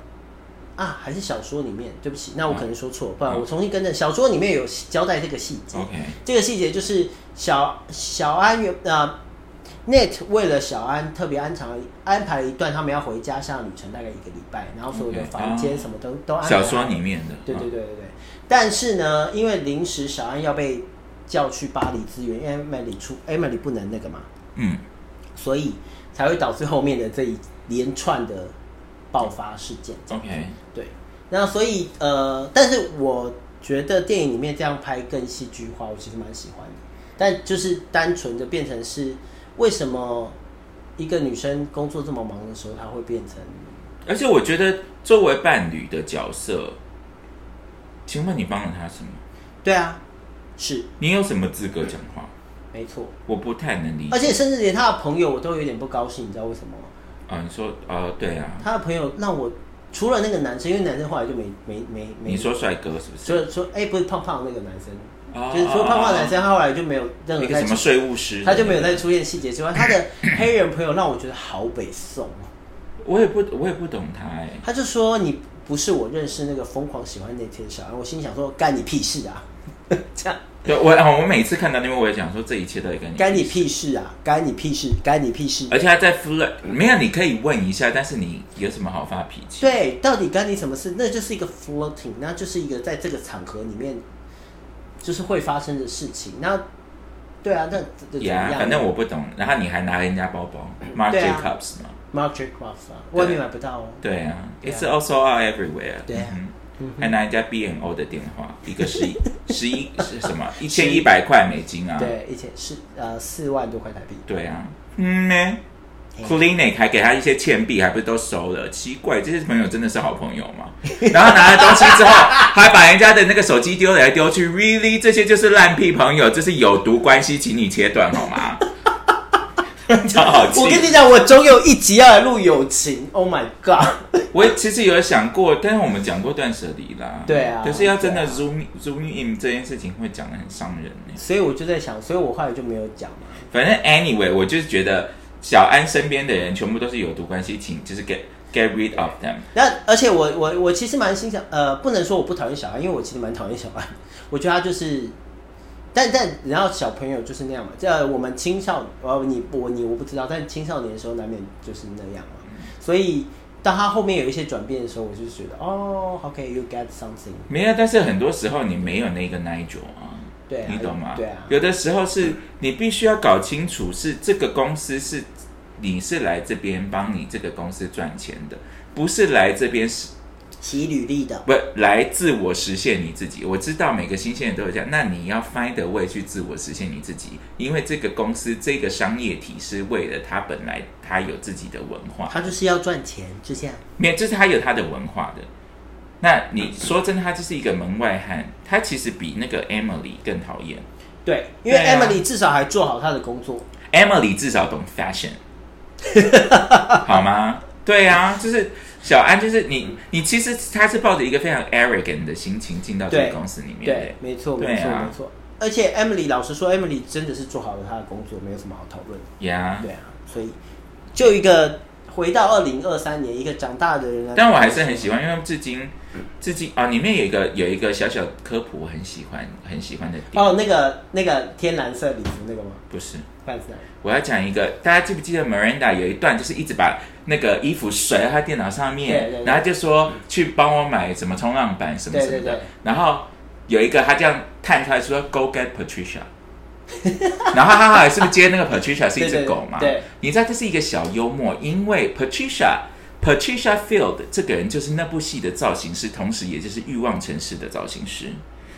D: 啊，还是小说里面，对不起，那我可能说错，不然我重新跟着。小说里面有交代这个细节
C: 嗯 OK
D: 这个细节就是小小安原啊、Net 为了小安特别安排安排了一段他们要回家乡的旅程，大概一个礼拜，然后所有的
C: OK，
D: 房间
C: 啊
D: 什么都、都安排
C: 小
D: 好
C: 说里面的，
D: 对对
C: 嗯
D: 对对对。但是呢，因为临时小安要被叫去巴黎支援，因为 Emily 出 Emily 不能那个嘛，
C: 嗯，
D: 所以才会导致后面的这一连串的爆发事件。
C: ，OK，
D: 对，那所以呃，但是我觉得电影里面这样拍更戏剧化，我其实蛮喜欢的。但就是单纯的变成是为什么一个女生工作这么忙的时候，她会变成
C: 而且我觉得作为伴侣的角色，请问你帮了他什么？
D: 对啊，是
C: 你有什么资格讲话？
D: 没错。
C: 我不太能理解
D: 而。且甚至连她的朋友我都有点不高兴，你知道为什么吗？
C: 啊，你说啊，对啊，
D: 她的朋友让我除了那个男生，因为男生后来就没没没没
C: 你说帅哥是不
D: 所
C: 是？
D: 以说，哎、不是胖胖的那个男生，
C: 哦
D: 就是说胖胖的男生，他后来就没有任何
C: 一个
D: 再
C: 什么
D: 出，
C: 税务师，
D: 他就没有再。出现细节之外，他的黑人朋友让我觉得好北宋哦。
C: 我也不，我也不懂他哎。
D: 他就说你不是我认识那个疯狂喜欢那天少安，我心里想说干你屁事啊，这样
C: 对我啊我每次看到那边，我也讲说这一切都得跟你
D: 干你屁事啊，干你屁事，干你屁事。
C: 而且他在 flirt，没有你可以问一下，但是你有什么好发脾气？
D: 对，到底干你什么事？那就是一个 flirting，那就是一个在这个场合里面就是会发生的事情。那对啊，那这怎么
C: 呀
D: 样
C: 反正我不懂。然后你还拿人家包包，Marc
D: 对啊
C: Jacobs 嘛？
D: Mark Jacobs 啊，外面买不到哦。
C: 对啊
D: 对啊
C: ，It's also out everywhere。
D: 对啊
C: 嗯哼还拿人家 B N O 的电话，一个 十一十一是什么？一千一百块美金啊！
D: 对，一千是呃四万多块台币。
C: 对啊，嗯呢
D: 哎嘿
C: Clinic 还给他一些欠币，还不是都收了？奇怪，这些朋友真的是好朋友 吗？然后拿了东西之后，还把人家的那个手机丢来丢去，Really，这些就是烂屁朋友，这是有毒关系，请你切断好 吗？超好气！
D: 我跟你讲，我总有一集要来录友情。Oh my god！
C: 我其实有想过，但是我们讲过断舍离啦，
D: 对啊
C: 可是要真的
D: 对啊
C: zoom、zoom in 这件事情会讲的很伤人呢、
D: 所以我就在想，所以我后来就没有讲嘛。
C: 反正 anyway，我就是觉得小安身边的人全部都是有毒关系，请就是 get get rid of them。
D: 那而且我我我其实蛮欣赏，呃，不能说我不讨厌小孩，因为我其实蛮讨厌小孩。我觉得他就是，但但然后小朋友就是那样嘛。这我们青少呃你我你我不知道，但青少年的时候难免就是那样嘛。所以当他后面有一些转变的时候，我就觉得哦，OK，you、get something。
C: 没有，但是很多时候你没有那个 Nigel 啊，
D: 对啊
C: 你懂吗？
D: 对啊
C: 有的时候是你必须要搞清楚，是这个公司是你是来这边帮你这个公司赚钱的，不是来这边是
D: 洗履历的，
C: 不来自我实现你自己。我知道每个新鲜人都有这样，那你要 find a way 去自我实现你自己，因为这个公司这个商业体是为了它本来它有自己的文化，
D: 他就是要赚钱，就这样。
C: 没有，就是他有他的文化的。那你说真的，他就是一个门外汉，他其实比那个 Emily 更讨厌。
D: 对，因为
C: 对啊
D: Emily 至少还做好她的工作。
C: Emily 至少懂 fashion，好吗？对啊，就是小安，就是你，你其实他是抱着一个非常 arrogant 的心情进到这
D: 对
C: 个公司里面的。
D: 对，没错，
C: 对
D: 没错，
C: 啊
D: 没错。而且 Emily 老实说，Emily 真的是做好了她的工作，没有什么好讨论的。
C: 呀
D: 对啊，所以就一个回到二零二三年，一个长大的人来，
C: 但我还是很喜欢，因为他们至今，至今啊、里面有一个有一个小小科普，我很喜欢，很喜欢的点。
D: 哦，那个那个天蓝色礼服那个吗？
C: 不是，
D: 范思南
C: 我要讲一个，大家记不记得 Miranda 有一段就是一直把那个衣服甩到他电脑上面，
D: 对对对
C: 然后就说去帮我买什么冲浪板什么什么的，
D: 对对对
C: 然后有一个他这样探出来说 Go get Patricia，然后他后来是不是接那个 Patricia 是一只狗嘛？
D: 对对对
C: 你知道这是一个小幽默，因为 Patricia。Patricia Field 这个人就是那部戏的造型师，同时也就是《欲望城市》的造型师。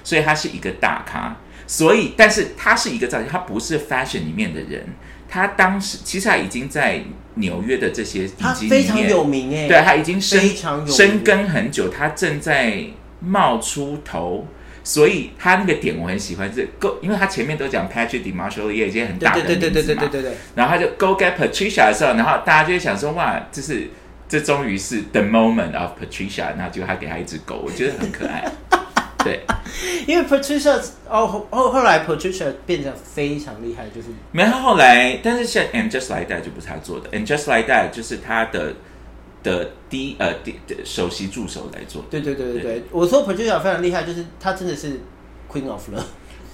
C: 所以他是一个大咖。所以，但是他是一个造型，他不是 fashion 里面的人。他当时其实他已经在纽约的这些
D: 他
C: 已经
D: 非常有名哎、
C: 对，他已经深
D: 非常有名
C: 深耕很久，他正在冒出头。所以他那个点我很喜欢，是 go，因为他前面都讲 Patrick d e m a r s h a l 也已经很大的
D: 对对对对对
C: 名字
D: 对
C: 嘛
D: 对对，
C: 然后他就 go get Patricia 的时候，然后大家就会想说，哇，这是这终于是 the moment of Patricia，然后就他给他一只狗，我觉得很可爱。对，
D: 对因为 Patricia 哦后后后来 Patricia 变得非常厉害，就是
C: 没有，他后来，但是像 And Just Like That 就不是他做的，And Just Like That 就是他的的第呃第的首席助手来做的。
D: 对对对
C: 对
D: 对对，我说 Patricia 非常厉害，就是她真的是 Queen of Love。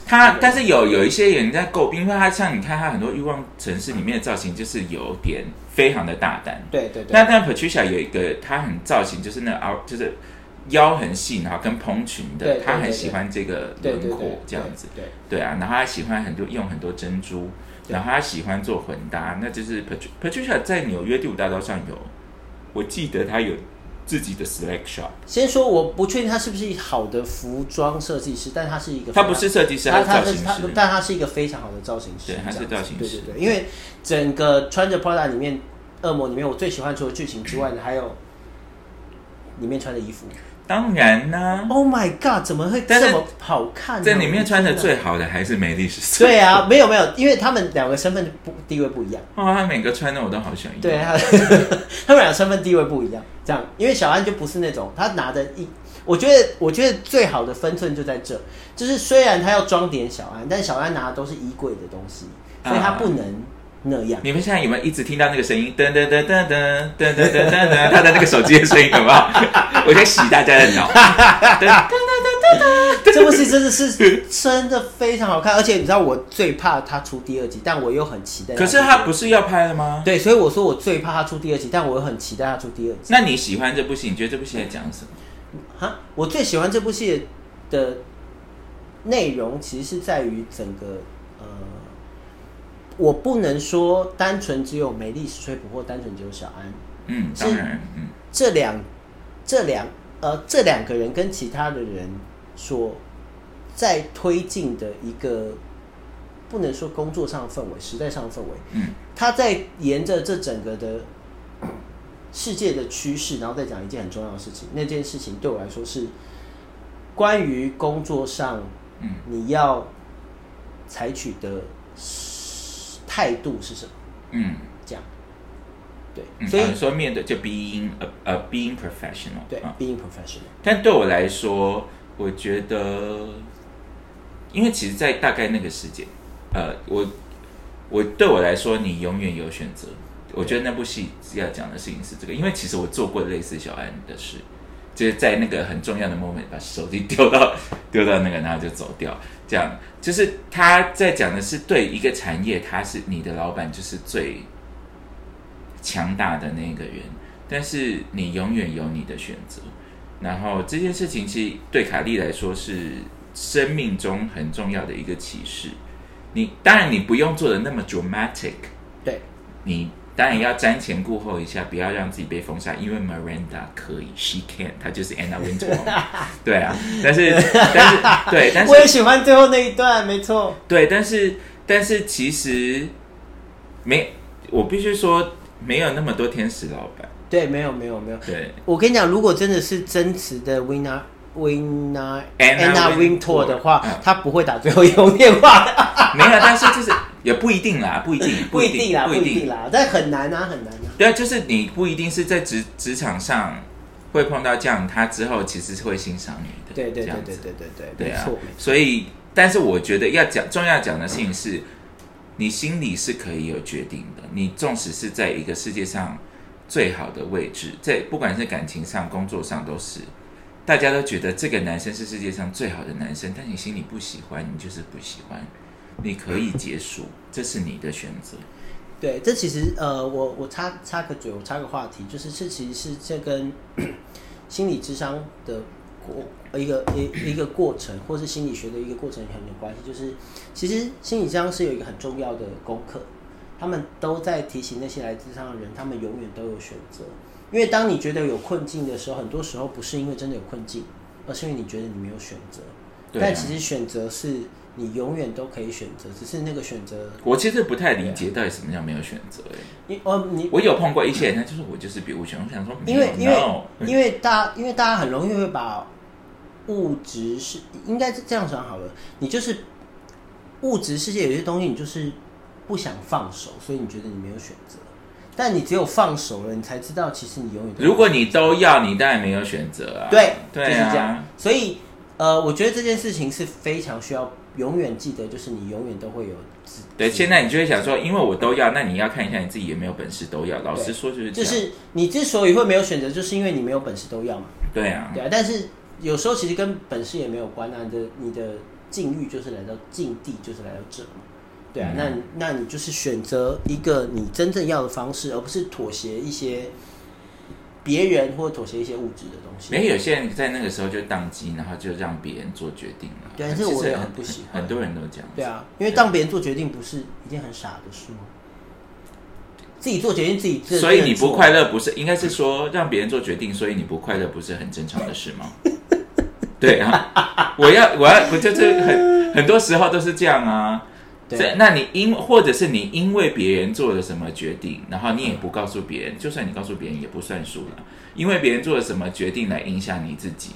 C: 他但是有有一些人在诟病，因为他像你看他很多欲望城市里面的造型就是有点非常的大胆。
D: 对对
C: 那
D: 对，
C: 但 Patricia 有一个，她很造型就是那凹，就是腰很细，然后跟蓬裙
D: 对
C: 的
D: 对，
C: 她很
D: 对
C: 喜欢这个
D: 对对
C: 轮
D: 对
C: 廓，这样子。
D: 对，
C: 对啊，然后他喜欢很多用很多珍珠，然后他喜欢做混搭，那就是 Patri- Patricia 在纽约第五大道上有，我记得他有自己的 select shop，
D: 先说我不确定他是不是好的服装设计师，但他是一个
C: 他不是设计师，
D: 他
C: 是造
D: 他
C: 型
D: 他
C: 师，
D: 但他是一个非常好的造型师，
C: 对他是
D: 这样子
C: 造型师
D: 对对对，因为整个穿着 Prada 里面，恶魔里面我最喜欢除了剧情之外呢，还有里面穿的衣服。
C: 当然呢、
D: Oh my god，怎么会
C: 但是
D: 这么好看呢？
C: 在里面穿的
D: 我
C: 最好的还是美丽十四，
D: 天哪对啊，没有没有，因为他们两个身份不地位不一样，
C: 哇，他哦每个穿的我都好喜欢，
D: 对，，他 他们俩身份地位不一样，这样，因为小安就不是那种他拿的一。我觉得，我觉得最好的分寸就在这，就是虽然他要装点小安，但小安拿的都是衣柜的东西，所以他
C: 啊
D: 不能那样。
C: 你们现在有没有一直听到那个声音？噔噔噔噔噔噔噔噔噔噔，他的那个手机的声音有没 有？我在洗大家的脑。
D: 这部戏真 的是真的非常好看，而且你知道我最怕它出第二集，但我又很期待。
C: 可是他不是要拍了吗？
D: 对，所以我说我最怕它出第二集，但我又很期待它出第二集。
C: 那你喜欢这部戏？你觉得这部戏在讲什么？
D: 哈，我最喜欢这部戏的内容，其实是在于整个呃，我不能说单纯只有美丽史翠普或单纯只有小安
C: 嗯，
D: 是
C: 当然，嗯，
D: 这两这两呃这两个人跟其他的人所在推进的一个，不能说工作上的氛围，时代上的氛围，
C: 嗯，
D: 他在沿着这整个的世界的趋势，然后再讲一件很重要的事情。那件事情对我来说是关于工作上，
C: 嗯，
D: 你要采取的态度是什么？
C: 嗯，
D: 这样，对，
C: 嗯
D: 所以
C: 好说面对就 being 呃呃 being professional，
D: 对
C: 嗯
D: ，being professional，
C: 但对我来说，我觉得，因为其实，在大概那个时间，呃，我我对我来说，你永远有选择。我觉得那部戏要讲的事情是这个，因为其实我做过类似小安的事，就是在那个很重要的 moment 把手机丢到丢到那个，然后就走掉。这样就是他在讲的是对一个产业，他是你的老板，就是最强大的那个人，但是你永远有你的选择。然后这件事情其实对卡莉来说是生命中很重要的一个启示。你当然你不用做的那么 dramatic，
D: 对，
C: 你当然要瞻前顾后一下，不要让自己被封杀，因为 Miranda 可以，she can，她就是 Anna Wintour，嘛对啊，但是但是对，但是
D: 我也喜欢最后那一段，没错，
C: 对，但是但是其实没，我必须说没有那么多天使老板，
D: 对，没有没有没有，
C: 对，
D: 我跟你讲，如果真的是真实的 winner。Winner
C: Anna Wintour，
D: Wintour 的话
C: 嗯，
D: 他不会打最后一通电话的。
C: 没有，但是就是也不一定啦，不一定，
D: 不一定
C: 定
D: 啦，
C: 不
D: 不
C: 一
D: 一
C: 定
D: 定啦，但很难啊，很难啊。
C: 对啊，就是你不一定是在职职场上会碰到这样，他之后其实是会欣赏你的。
D: 对对
C: 这
D: 对
C: 样
D: 对
C: 子
D: 对对对，
C: 对
D: 没
C: 啊
D: 错。。
C: 所以，但是我觉得要讲重要讲的事情是，你心里是可以有决定的。你纵使是在一个世界上最好的位置，在不管是感情上、工作上都是，大家都觉得这个男生是世界上最好的男生，但你心里不喜欢，你就是不喜欢，你可以结束，这是你的选择。
D: 对，这其实呃，我我插插个嘴，我插个话题，就是这其实是这跟 心理智商的过一个一一个过程，或是心理学的一个过程很有关系。就是其实心理智商是有一个很重要的功课，他们都在提醒那些来智商的人，他们永远都有选择。因为当你觉得有困境的时候，很多时候不是因为真的有困境，而是因为你觉得你没有选择。
C: 对啊
D: 但其实选择是你永远都可以选择，只是那个选择，
C: 我其实不太理解到底什么叫没有选择、欸。
D: 你哦你
C: 我有碰过一些人，他就是我就是别无选，我想说没
D: 因
C: 有
D: 为因为
C: no
D: 因为大因为大家很容易会把物质是应该是这样想好了，你就是物质世界有些东西你就是不想放手，所以你觉得你没有选择，但你只有放手了，你才知道其实你永远都
C: 如果你都要，你当然没有选择啊。
D: 对
C: 对
D: 就是这样
C: 啊，，
D: 所以呃，我觉得这件事情是非常需要永远记得，就是你永远都会有自
C: 对。
D: 自
C: 现在你就会想说，因为我都要，那你要看一下你自己有没有本事都要。老实说就是这
D: 就
C: 样，
D: 是你之所以会没有选择，就是因为你没有本事都要嘛。
C: 对啊，
D: 对啊，但是有时候其实跟本事也没有关啊，你的你的境遇就是来到境地就是来到这嘛，对啊，
C: 嗯
D: 那那你就是选择一个你真正要的方式，而不是妥协一些别人或妥协一些物质的东西。
C: 没有有些人在那个时候就宕机，然后就让别人做决定了。
D: 对啊这
C: 其实
D: 我也很不喜欢
C: 很多人都这样。
D: 对啊，因为当别人做决定不是一件很傻的事吗？自己做决定自己自，
C: 所以你
D: 自己
C: 不
D: 做
C: 快乐不是应该是说让别人做决定，所以你不快乐不是很正常的事吗？ 对啊，我要我要我就是很很多时候都是这样啊。
D: 对
C: 这那你因或者是你因为别人做了什么决定，然后你也不告诉别人，就算你告诉别人也不算数了，因为别人做了什么决定来影响你自己，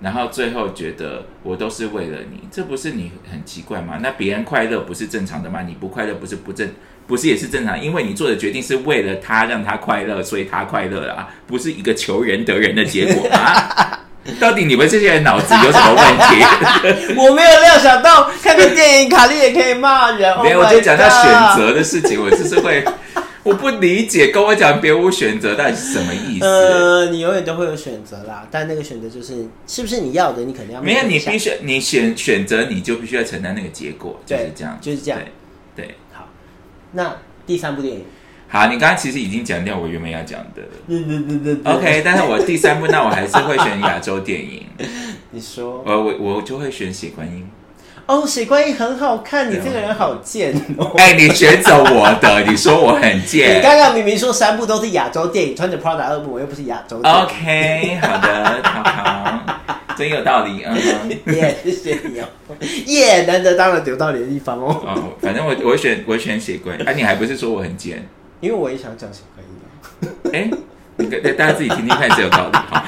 C: 然后最后觉得我都是为了你，这不是你很奇怪吗？那别人快乐不是正常的吗？你不快乐不是不正，不是也是正常？因为你做的决定是为 了他让他快乐，所以他快乐啊，不是一个求人得人的结果啊。到底你们这些人脑子有什么问题？
D: 我没有料想到看个电影卡莉也可以骂人。
C: 没有，
D: Oh
C: 我
D: my
C: 就讲到选
D: God。
C: 择的事情，我就是会，我不理解，跟我讲别无选择到底是什么意思？
D: 呃，你永远都会有选择啦，但那个选择就是是不是你要的，你肯定要
C: 没有，
D: 面对
C: 你
D: 一下
C: 必须你选选择，你就必须要承担那个结果，就
D: 对
C: 是这样，
D: 就是这样
C: 对。对，
D: 好。那第三部电影，
C: 好，你刚刚其实已经讲掉我原本要讲的了。
D: 对对对对对
C: OK，但是我第三部，那我还是会选亚洲电影，
D: 你说
C: 我我我就会选《血观音
D: 哦，水观音很好看，
C: 啊
D: 你这个人好贱哦》。。
C: 哎，你选走我的，你说我很
D: 你
C: 贱。
D: 刚刚明明说三部都是亚洲电影，穿着 Prada 二部，我又不是亚洲
C: 哦
D: 电影。
C: OK，好的，好好，真有道理，嗯。
D: 耶，谢谢你哦，耶、难得当了有道理的地方哦，
C: 哦，反正我我选我选血观音，哎、你还不是说我很贱？
D: 因为我也想讲水观音啊。
C: 哎、那个大家自己听听看是有道理 哈。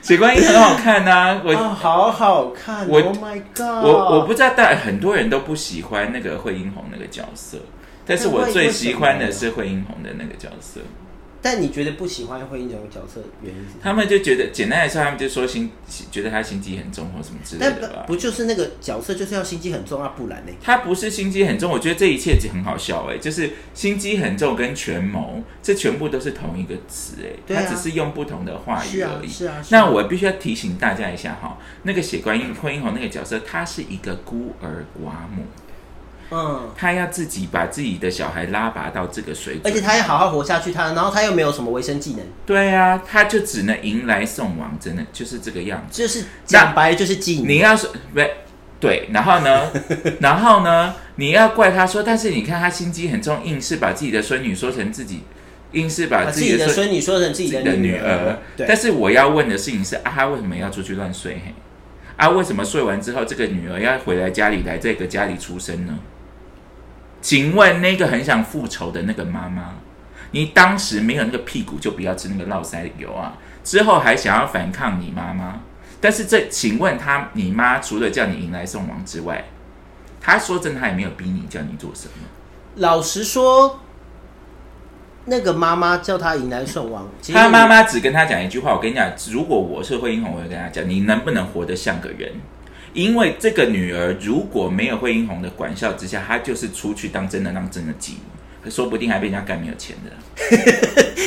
C: 血观音很好看呐、我、
D: 啊，好好看
C: 我
D: ，Oh my god！
C: 我我不知道，但很多人都不喜欢那个惠英红那个角色，但是我最喜欢的是惠英红的那个角色。
D: 但你觉得不喜欢惠英这种角色原因是什么？
C: 他们就觉得，简单来说，他们就说心觉得他心机很重或什么之类
D: 但
C: 的吧
D: 不。不就是那个角色就是要心机很重啊，不然呢？
C: 他不是心机很重，我觉得这一切很好笑哎、就是心机很重跟权谋，这全部都是同一个词哎、
D: 对啊
C: 他只是用不同的话
D: 是
C: 语
D: 啊
C: 而，已。
D: 是啊。是啊
C: 那我必须要提醒大家一下哈，那个血观音惠英红那个角色，她是一个孤儿寡母，
D: 嗯，
C: 她要自己把自己的小孩拉拔到这个水准，
D: 而且他要好好活下去，他然后他又没有什么维生技能，
C: 对啊，她就只能迎来送往，真的就是这个样子。
D: 就是讲白了就是技
C: 你
D: 能。
C: 要说不对，然后 呢，然后呢，你要怪她说，但是你看她心机很重，硬是把自己的孙女说成自己，硬是把
D: 把啊
C: 自
D: 自己
C: 己
D: 的
C: 的孙
D: 孙女说成自己
C: 自
D: 的
C: 己的
D: 女
C: 女儿
D: 儿，。
C: 但
D: 对，
C: 是我要问的事情是，啊，他为什么要出去乱睡？嘿，啊，为什么睡完之后，这个女儿要回来家里来这个家里出生呢？请问那个很想复仇的那个妈妈，你当时没有那个屁股，就不要吃那个烙塞油啊！之后还想要反抗你妈妈，但是这，请问他，你妈除了叫你迎来送往之外，她说真的，她也没有逼你叫你做什么。
D: 老实说，那个妈妈叫他迎来送往，其实
C: 他妈妈只跟他讲一句话，我跟你讲，如果我是惠英红，我会跟他讲，你能不能活得像个人？因为这个女儿如果没有惠英红的管教之下，她就是出去当真的当真的妓女，说不定还被人家干没有钱的。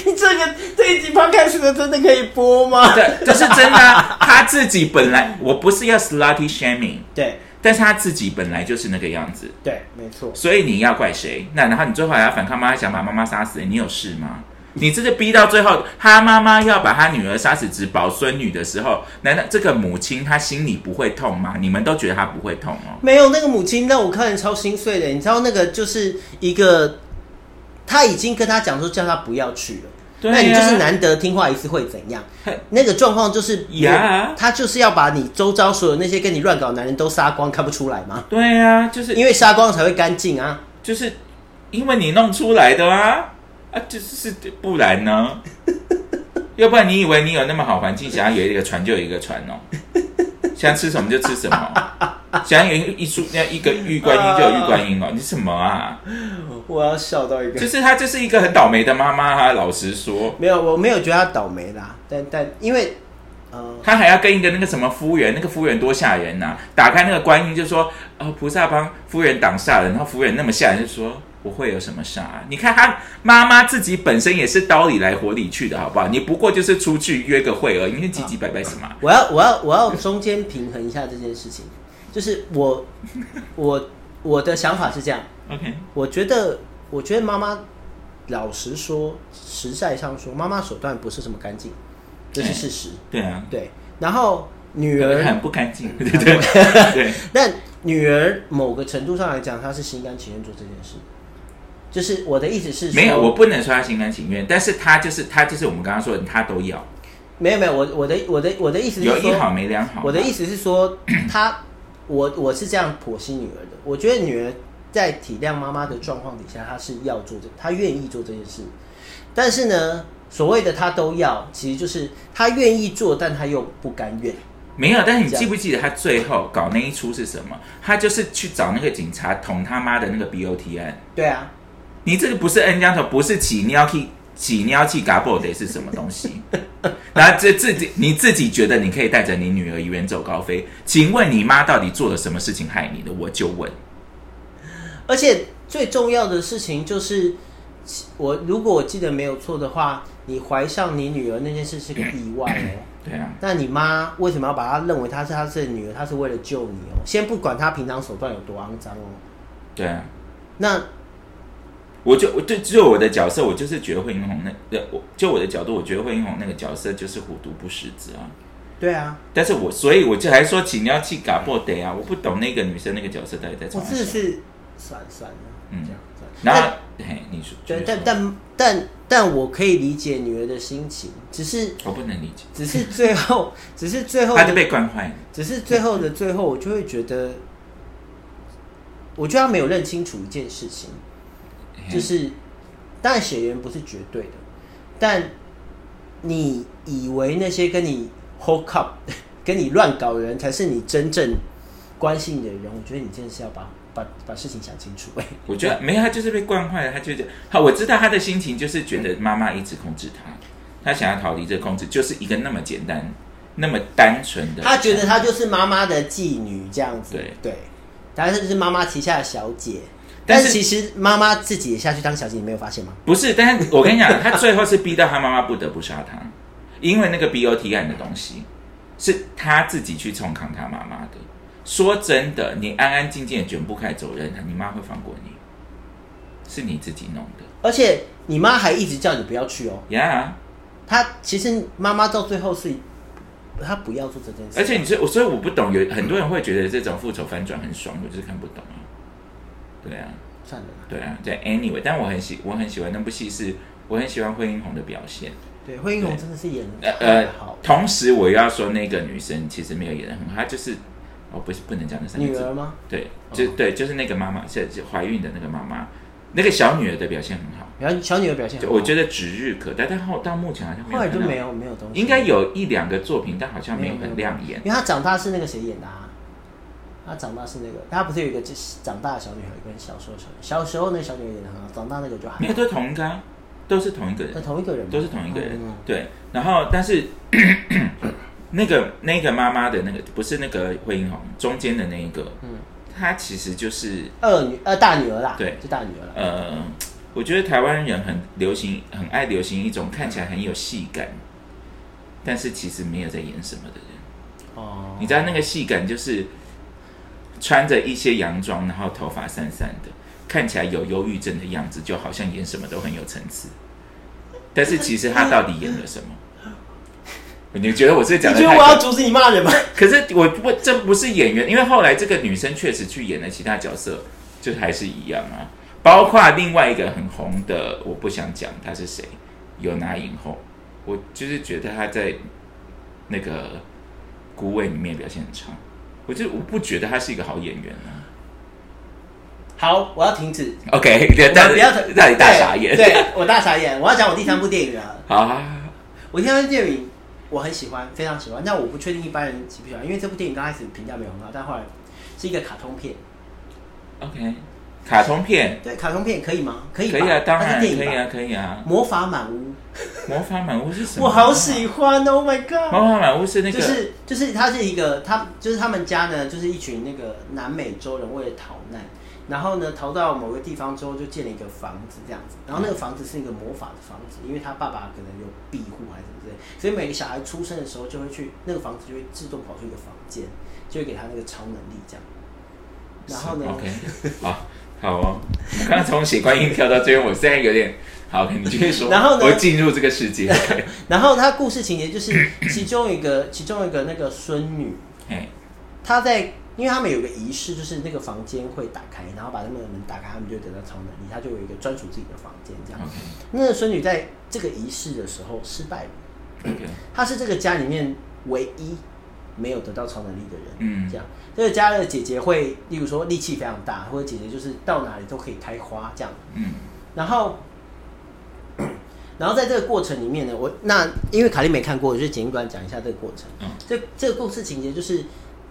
D: 你这个这一集 podcast 的真的可以播吗？
C: 对，这是真的啊、她自己本来我不是要 slutty shaming，
D: 对
C: 但是她自己本来就是那个样子，
D: 对，没错。
C: 所以你要怪谁？那然后你最后还要反抗妈妈，想把妈妈杀死，你有事吗？你这是逼到最后，他妈妈要把他女儿杀死，只保孙女的时候，难道这个母亲她心里不会痛吗？你们都觉得她不会痛哦？
D: 没有那个母亲让我看得超心碎的，你知道那个就是一个，他已经跟他讲说叫他不要去了。
C: 对啊
D: 那你就是难得听话一次会怎样？那个状况就是，
C: 呀
D: 他就是要把你周遭所有那些跟你乱搞的男人都杀光，看不出来吗？
C: 对呀、啊，就是
D: 因为杀光才会干净啊！
C: 就是因为你弄出来的啊啊，就是不然呢？要不然你以为你有那么好环境，想要有一个船就有一个船哦，想吃什么就吃什么，想要有一一束那一个玉观音就有玉观音哦，你什么啊？
D: 我要笑到一个，
C: 就是她就是一个很倒霉的妈妈啊，老实说，
D: 没有，我没有觉得他倒霉啦，但但因为，呃，
C: 她还要跟一个那个什么服务员，那个服务员多吓人呐、打开那个观音就说，哦，菩萨帮服务员挡煞人，然后服务员那么吓人就说。不会有什么煞、啊你看她妈妈自己本身也是刀里来火里去的，好不好？你不过就是出去约个会而已，你唧唧拜拜什么啊？
D: 我要我要我要中间平衡一下这件事情，就是我我我的想法是这样，
C: OK，
D: 我觉得我觉得妈妈老实说，实在上说，妈妈手段不是什么干净，这是事实。
C: 对啊，
D: 对，然后女儿，
C: 很不干 净，对对对 对，
D: 但女儿某个程度上来讲，她是心甘情愿做这件事。就是我的意思是说，
C: 没有，我不能说她心甘情愿，但是她就是她就是我们刚刚说的，她都要
D: 没有没有，我我的我的我的意思是
C: 有
D: 说，
C: 一好没两好嘛。
D: 我的意思是说， 她，我我是这样剖析女儿的。我觉得女儿在体谅妈妈的状况底下，她是要做这，她愿意做这件事。但是呢，所谓的她都要，其实就是她愿意做，但她又不甘愿。
C: 没有，但是你记不记得他最后搞那一出是什么？他就是去找那个警察捅他妈的那个 BOT 案。
D: 对啊，
C: 你这个不是恩将仇，不是起尿去挤尿气嘎布得是什么东西？那这自己你自己觉得你可以带着你女儿远走高飞？请问你妈到底做了什么事情害你的？我就问。
D: 而且最重要的事情就是，我如果我记得没有错的话，你怀上你女儿那件事是个意外哦。
C: 对啊，
D: 那你妈为什么要把她认为她是她是女儿？她是为了救你哦。先不管她平常手段有多肮脏哦。
C: 对啊，
D: 那
C: 我就我就就我的角色，我就是觉得惠英红那呃，我就我的角度，我觉得惠英红那个角色就是虎毒不食子啊。
D: 对啊，
C: 但是我所以我就还说请尿气嘎布得啊，我不懂那个女生那个角色到底在
D: 我
C: 冲
D: 真
C: 什么。
D: 的是算了算了，
C: 嗯
D: 这样算了。
C: 然后
D: 但
C: 嘿，你说，
D: 对，
C: 继续
D: 但
C: 说
D: 但但但我可以理解女儿的心情，只是
C: 我不能理解，
D: 只是最后， 只是最后
C: 他就
D: 的
C: 被惯坏了。
D: 只是最后的最后，我就会觉得，我觉得他没有认清楚一件事情，
C: 嘿
D: 就是当然血缘不是绝对的，但你以为那些跟你 hook up、跟 你乱搞的人才是你真正关心你的人，我觉得你真的是要把把把事情想清楚、哎，
C: 我觉得没有，他就是被惯坏了，他就觉得好，我知道他的心情就是觉得妈妈一直控制他，他想要逃离这个控制，就是一个那么简单、那么单纯的。
D: 他觉得他就是妈妈的妓女这样子，
C: 对
D: 对，但是就是妈妈旗下的小姐，
C: 但
D: 但
C: 是
D: 是其实妈妈自己也下去当小姐，你没有发现吗？
C: 不是，但是我跟你讲，他最后是逼到他妈妈不得不杀他，因为那个 BOT 案的东西是他自己去冲康他妈妈的。说真的，你安安静静的卷铺盖走人，你妈会放过你？是你自己弄的
D: 而且你妈还一直叫你不要去哦。
C: 呀
D: 她其实妈妈到最后是，她不要做这件事，
C: 而且你说，我所以我不懂，有很多人会觉得这种复仇反转很爽，我就是看不懂啊。对啊，
D: 算了啦。
C: 对啊，对，anyway，但我很喜我很喜欢那部戏，是我很喜欢惠英红的表现。
D: 对，惠英红真的是演
C: 呃
D: 的
C: 呃
D: 哎好，，
C: 同时我又要说那个女生其实没有演的很好，她就是哦不是不能讲那三个
D: 女
C: 字
D: 儿，吗？哦
C: 对，就、对，就是那个妈妈是是怀孕的那个妈妈，那个小女儿的表现很好，
D: 然后小女儿表现很
C: 就
D: 好，
C: 我觉得指日可待，但后到目前好像没有
D: 后来就
C: 看到
D: 没，有没有东西，
C: 应该，有一两个作品，但好像没有
D: 没有
C: 很
D: 没有
C: 亮眼
D: 因。为她长大是那个谁演的啊？她长大是那个，她不是有一个就是长大的小女孩跟小时候的小女孩小时候那个小女孩演的很好，长大那个就还
C: 没有，
D: 好
C: 都是同一个、啊，都是同一个人
D: 那。同一个人吗
C: 都是同一个人
D: 嗯。
C: 对，然后但是 那个那个妈妈的那个不是那个惠英红，中间的那一个，嗯，她其实就是
D: 二女呃大女儿啦，
C: 对
D: 就大女儿啦。
C: 呃，我觉得台湾人很流行，很爱流行一种看起来很有戏感，但是其实没有在演什么的人。
D: 哦，
C: 你知道那个戏感就是穿着一些洋装，然后头发散散的，看起来有忧郁症的样子，就好像演什么都很有层次。但是其实他到底演了什么？ 你觉得我是讲
D: 你
C: 的
D: 觉得
C: 太
D: 我要
C: 多？
D: 阻止你骂人吗？
C: 可是我不，这不是演员，因为后来这个女生确实去演了其他角色，就还是一样啊。包括另外一个很红的，我不想讲她是谁，有拿影后，我就是觉得她在那个孤味里面表现很差，我就我不觉得她是一个好演员啊。
D: 好，我要停止，
C: OK，
D: 我
C: 但
D: 们不要讨
C: 让你大傻眼，
D: 对， 对我大傻眼。我要讲我第三部电影了。
C: 好啊，
D: 我第三部电影我很喜欢，非常喜欢。但我不确定一般人喜不喜欢，因为这部电影刚开始评价没有很好，但后来是一个卡通片。
C: OK，卡通片
D: 对，卡通片可以吗？可以吧，
C: 可以啊，当然
D: 它是
C: 可
D: 电影
C: 以
D: 吧
C: 啊，可以啊。
D: 魔法满屋，
C: 魔法满屋是什么？啊
D: 我好喜欢哦！Oh my god！
C: 魔法满屋是那个，
D: 就是就是他是一个他就是他们家呢，就是一群那个南美洲人为了逃难，然后呢逃到某个地方之后就建了一个房子这样子，然后那个房子是一个魔法的房子，因为他爸爸可能有庇护还是什么之类，所以每个小孩出生的时候就会去那个房子就会自动跑出一个房间，就会给他那个超能力这样。然后呢
C: OK，好，好哦。我刚刚从血观音跳到这边，我现在有点好，你继续说。
D: 然后呢
C: 我进入这个世 界。OK，
D: 然后他故事情节就是其中一个其中一个那个孙女，
C: 嘿
D: 他在，因为他们有个仪式，就是那个房间会打开，然后把他们的门打开，他们就得到超能力，他就有一个专属自己的房间这样。
C: ，OK，OK，
D: 那个孙女在这个仪式的时候失败了，她是这个家里面唯一没有得到超能力的人。
C: 嗯
D: 这样这个家的姐姐会，例如说力气非常大，或者姐姐就是到哪里都可以开花这样。
C: 嗯，
D: 然后，然后在这个过程里面呢，我那因为卡莉没看过，我就简短讲一下这个过程。
C: 嗯
D: 这这个故事情节就是，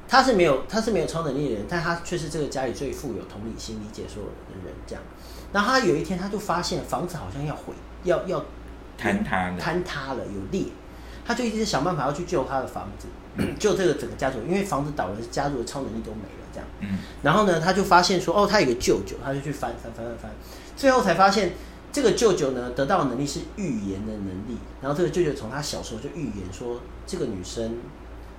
D: 他是没有他是没有超能力的人，但他却是这个家里最富有同理心、理解所有人的人这样。然后他有一天，他就发现房子好像要毁，要要
C: 坍塌了。
D: 坍塌了，有裂，他就一直想办法要去救他的房子，
C: 嗯
D: 救这个整个家族，因为房子倒了，家族的超能力都没了，这样。
C: 嗯，
D: 然后呢，他就发现说，哦，他有个舅舅，他就去翻翻翻翻翻，最后才发现这个舅舅呢得到的能力是预言的能力。然后这个舅舅从他小时候就预言说，这个女生，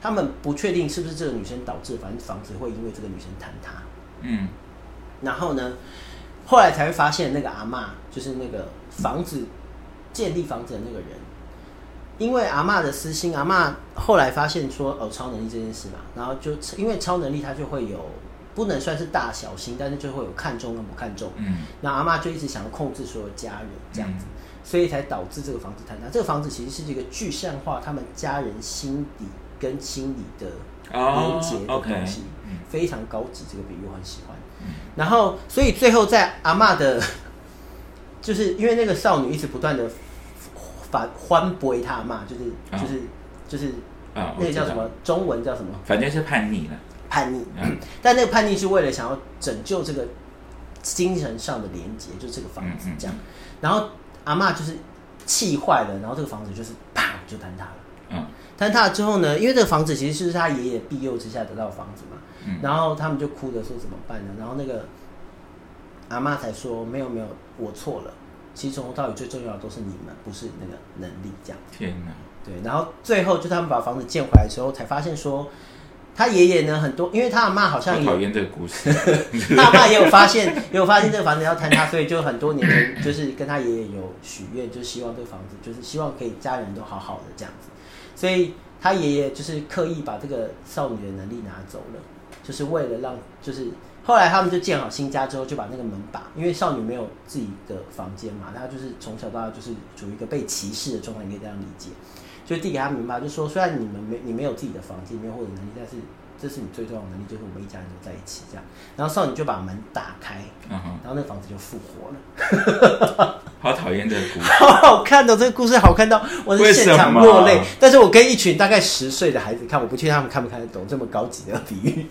D: 他们不确定是不是这个女生导致，反正房子会因为这个女生坍塌。
C: 嗯，
D: 然后呢，后来才会发现那个阿嬷就是那个房子建立房子的那个人，因为阿嬷的私心，阿嬷后来发现说哦超能力这件事嘛，然后就因为超能力它就会有不能算是大小心，但是就会有看中跟不看重，
C: 嗯，
D: 那阿嬷就一直想要控制所有家人这样子。所以才导致这个房子坍塌。这个房子其实是一个具象化他们家人心底跟心理的
C: 哦
D: 连接的
C: ，OK，
D: 东西，
C: 嗯
D: 非常高级。这个比喻我很喜欢。
C: 嗯
D: 然后，所以最后在阿嬷的， 就是因为那个少女一直不断的反欢驳她阿嬷，就是
C: 啊
D: 就是就是
C: 啊，
D: 那个叫
C: 我知道
D: 什么？中文叫什么
C: 反正是叛逆了。
D: 叛逆
C: 嗯，
D: 但那个叛逆是为了想要拯救这个精神上的连接，就这个房子
C: 嗯嗯
D: 这样。然后阿嬷就是气坏了，然后这个房子就是啪就坍塌了。
C: 嗯
D: 坍塌了之后呢，因为这个房子其实是他爷爷庇佑之下得到的房子嘛，
C: 嗯
D: 然后他们就哭着说怎么办呢？然后那个阿嬷才说没有没有，我错了。其实从头到尾最重要的都是你们，不是那个能力这样。
C: 天哪！
D: 对，然后最后就他们把房子建回来的时候，才发现说他爷爷呢很多，因为他阿嬷好像
C: 好
D: 也
C: 讨厌这个故事。
D: 他阿爸也有发现，也有发现这个房子要坍塌，所以就很多年前就是跟他爷爷有许愿，就希望这个房子就是希望可以家人都好好的这样子，所以他爷爷就是刻意把这个少女的能力拿走了，就是为了让就是后来他们就建好新家之后，就把那个门把，因为少女没有自己的房间嘛，她就是从小到大就是处于一个被歧视的状态，你可以这样理解。就递给他明白，就说虽然你们没你没有自己的房间，没有获得能力，但是这是你最重要的能力，就是我们一家人都在一起这样。然后少女就把门打开，
C: 嗯哼，
D: 然后那房子就复 活了，
C: 好讨厌这个故事。
D: 好好看哦！这个故事好看到我是
C: 为什
D: 现
C: 么
D: 场落泪。但是我跟一群大概十岁的孩子看，我不确定他们看不看得懂这么高级的比喻。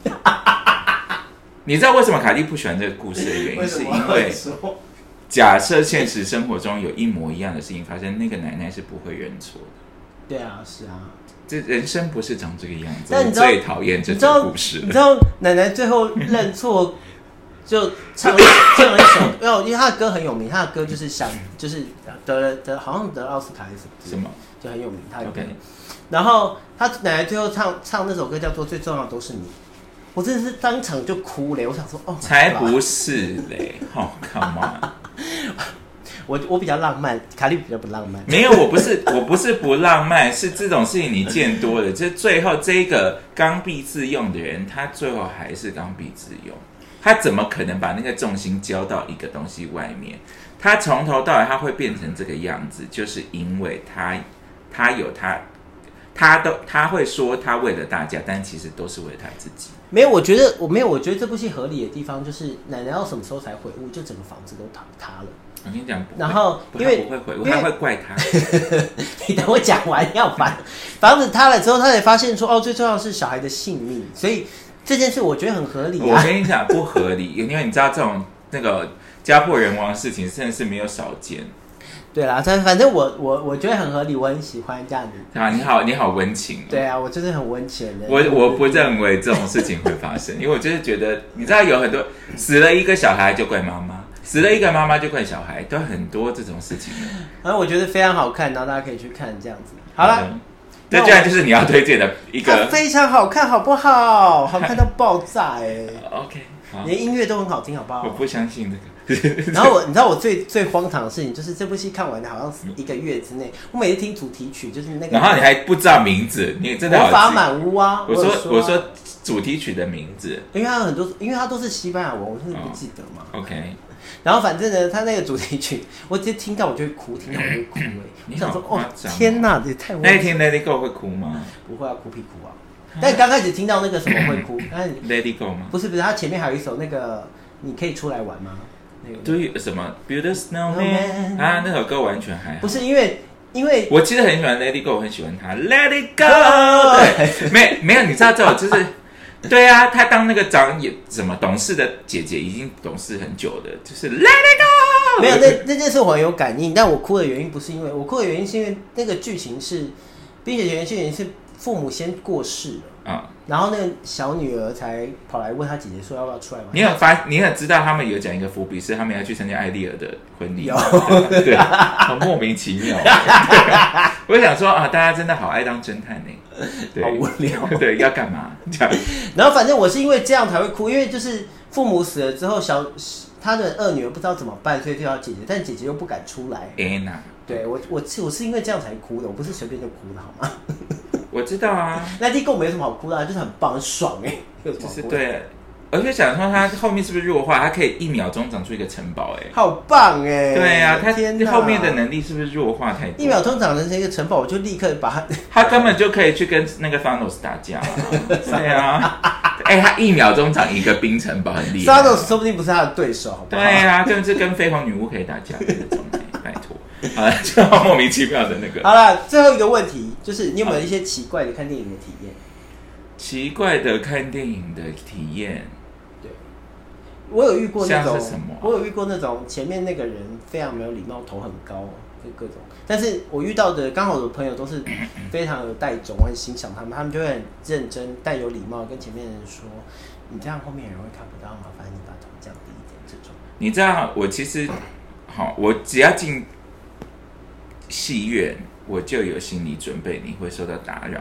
C: 你知道为什么卡蒂不喜欢这个故事的原因，是因为
D: 说
C: 假设现实生活中有一模一样的事情发生，那个奶奶是不会认错的。
D: 对啊，是啊。
C: 这人生不是长这个样子。
D: 但
C: 我
D: 你知道
C: 最讨厌这
D: 你知道
C: 种故事
D: 你
C: 了
D: 知。道奶奶最后认 错，就唱了唱了一首，因为因为她的歌很有名，她的歌就是想
C: 嗯
D: 就是得了得好像得了奥斯卡还是什么之
C: 什
D: 类的，
C: 么
D: 就很有名，她有歌
C: OK。
D: 然后她奶奶最后唱唱那首歌叫做《最重要的都是你》，我真的是当场就哭了。我想说，哦，
C: 才不是嘞！ 哦好、干嘛？
D: 我我比较浪漫，卡莉比较不浪漫。
C: 没有，我不是， 我不是不浪漫，是这种事情你见多了。这最后这个刚愎自用的人，他最后还是刚愎自用。他怎么可能把那个重心交到一个东西外面？他从头到尾他会变成这个样子，就是因为他他有他，他都他会说他为了大家，但其实都是为了他自己。
D: 没有，我觉得我没有，我觉得这部戏合理的地方就是奶奶要什么时候才悔悟，就整个房子都塌塌了。
C: 我跟你讲，不会
D: 然后
C: 不
D: 因为
C: 他不会回，我
D: 因为
C: 还会怪 他。
D: 你等我讲完，要烦。房子塌了之后，他才发现说，哦，最重要的是小孩的性命，所以这件事我觉得很合理
C: 我
D: 啊。
C: 跟你讲不合理，因为你知道这种那个家破人亡的事情，真的是没有少见。
D: 对啦，但反正我我我觉得很合理，我很喜欢这样子。
C: 啊，你好，你好温情、
D: 对。啊，我就是很温情的。
C: 嗯我我不认为这种事情会发生，因为我就是觉得，你知道有很多死了一个小孩就怪妈妈，死了一个妈妈就怪小孩，都很多这种事情。
D: 然后我觉得非常好看，然后大家可以去看这样子。好了，
C: 嗯，这居然就是你要推荐的一
D: 它
C: 个。
D: 非常好看，好不 好？好看到爆炸哎、
C: OK，好，
D: 连音乐都很好听，好不
C: 我
D: 好？
C: 不相信这个。
D: 然后我，你知道我最最荒唐的事情就是这部戏看完的，好像是一个月之内，我每次听主题曲就是那个
C: 然后你还不知道名字，你真的好
D: 魔法
C: 气。
D: 满屋啊！
C: 我
D: 有
C: 说我
D: 啊
C: 说主题曲的名字
D: 因为它有很多，因为它都是西班牙文，我真的不记得嘛。
C: ，OK，
D: 然后反正呢，它那个主题曲，我直接听到我就会哭，听到我就会哭哎、我
C: 你
D: 想说，
C: 好
D: 哦
C: 夸，张哦
D: 天哪，这也太温
C: 那一天
D: 馨
C: Let It Go 会哭吗
D: 不会啊，哭屁哭啊！但刚开始听到那个什么会哭， 但是
C: ？Let It Go 吗？
D: 不是不是，它前面还有一首那个你可以出来玩吗？那个
C: 对，什么 Build a Snowman
D: Snowman
C: 啊，那首歌完全还好
D: 不。是因为因为
C: 我其实很喜欢 Let It Go，我很喜欢他 Let It Go 对。没没有，你知道这种 就是，对啊，他当那个长也什么懂事的姐姐，已经懂事很久的，就是 Let It Go
D: 没有，那那件事我很有感应，但我哭的原因不是因为我哭的原因是因为那个剧情是《冰雪奇缘》剧情是父母先过世了，
C: 啊、
D: 然后那个小女儿才跑来问她姐姐说要不要出来玩。
C: 你很发，你很知道他们有讲一个伏笔，是他们要去参加艾丽尔的婚礼，
D: 有
C: 对，对好莫名其妙。对我想说啊，大家真的好爱当侦探呢，对，
D: 好无聊
C: 对，要干嘛这样？
D: 然后反正我是因为这样才会哭，因为就是父母死了之后，小她的二女儿不知道怎么办，所以就要姐姐，但姐姐又不敢出来。
C: 安娜，
D: 对我，我是我是因为这样才哭的，我不是随便就哭的好吗？
C: 我知道啊，
D: 那地跟我没什么好哭的、啊，就是很棒，很爽哎、 有什
C: 就
D: 么好
C: 是
D: 哭的
C: 对，而且想说他后面是不是弱化？他可以一秒钟长出一个城堡、哎。
D: 好棒哎、
C: 对呀、他
D: 天哪
C: 后面的能力是不是弱化太多？
D: 一秒通常能成一个城堡，我就立刻把 它。
C: 他根本就可以去跟那个 Thanos 打 架了。对啊，哎、他一秒钟长一个冰城堡，很厉害。
D: Sanos 说不定不是他的对手，好不好？
C: 对啊，甚至跟绯红女巫可以打架的那种、哎拜托。好了，就莫名其妙的那个
D: 好了，最后一个问题就是，你有没有一些奇怪的看电影的体验？
C: 奇怪的看电影的体验，
D: 我有遇过那种
C: 像是什么啊，
D: 我有遇过那种前面那个人非常没有礼貌，头很高，就各种。但是我遇到的刚好我的朋友都是非常有带种，我很欣赏他们，他们就会很认真、带有礼貌，跟前面的人说：“你这样后面的人会看不到，麻烦你把头降低一点。”这种
C: 你知道我其实好，我只要进戏院，我就有心理准备你会受到打扰。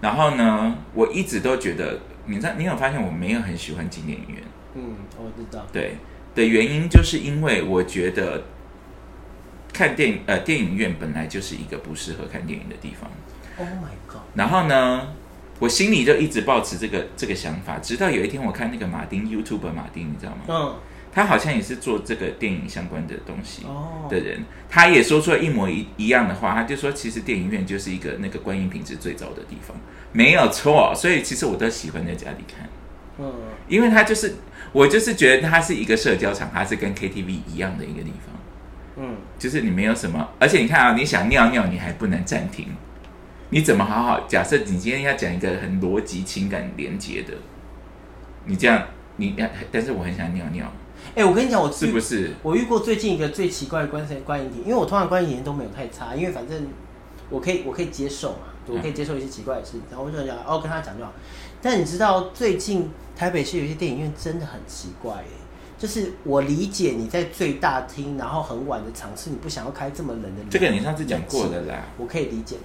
C: 然后呢，我一直都觉得，你知道，你有发现我没有很喜欢进电影院，
D: 嗯，我知道。
C: 对的原因，就是因为我觉得看电影呃电影院本来就是一个不适合看电影的地方。
D: Oh my god！
C: 然后呢，我心里就一直保持这个这个想法，直到有一天我看那个马丁 YouTube 马丁，你知道吗？
D: 嗯，
C: 他好像也是做这个电影相关的东西
D: 哦
C: 的人，他也说出了一模一一样的话，他就说其实电影院就是一个那个观影品质最糟的地方，没有错。所以其实我都喜欢在家里看，
D: 嗯，
C: 因为他就是我就是觉得它是一个社交场，它是跟 KTV 一样的一个地方。
D: 嗯，
C: 就是你没有什么，而且你看啊，你想尿尿你还不能暂停，你怎么好好？假设你今天要讲一个很逻辑、情感连接的，你这样，你哎但是我很想尿尿，
D: 哎、我跟你讲，我
C: 是
D: 遇
C: 不是？
D: 我遇过最近一个最奇怪的观观影体，因为我通常观影体验都没有太差，因为反正我可以我可以接受嘛，
C: 嗯
D: 我可以接受一些奇怪的事，然后我就想哦跟他讲就好。但你知道最近台北市有一些电影院真的很奇怪耶，就是我理解你在最大厅，然后很晚的场次，你不想要开这么冷的，
C: 这个你上次讲过的啦，
D: 我可以理解的。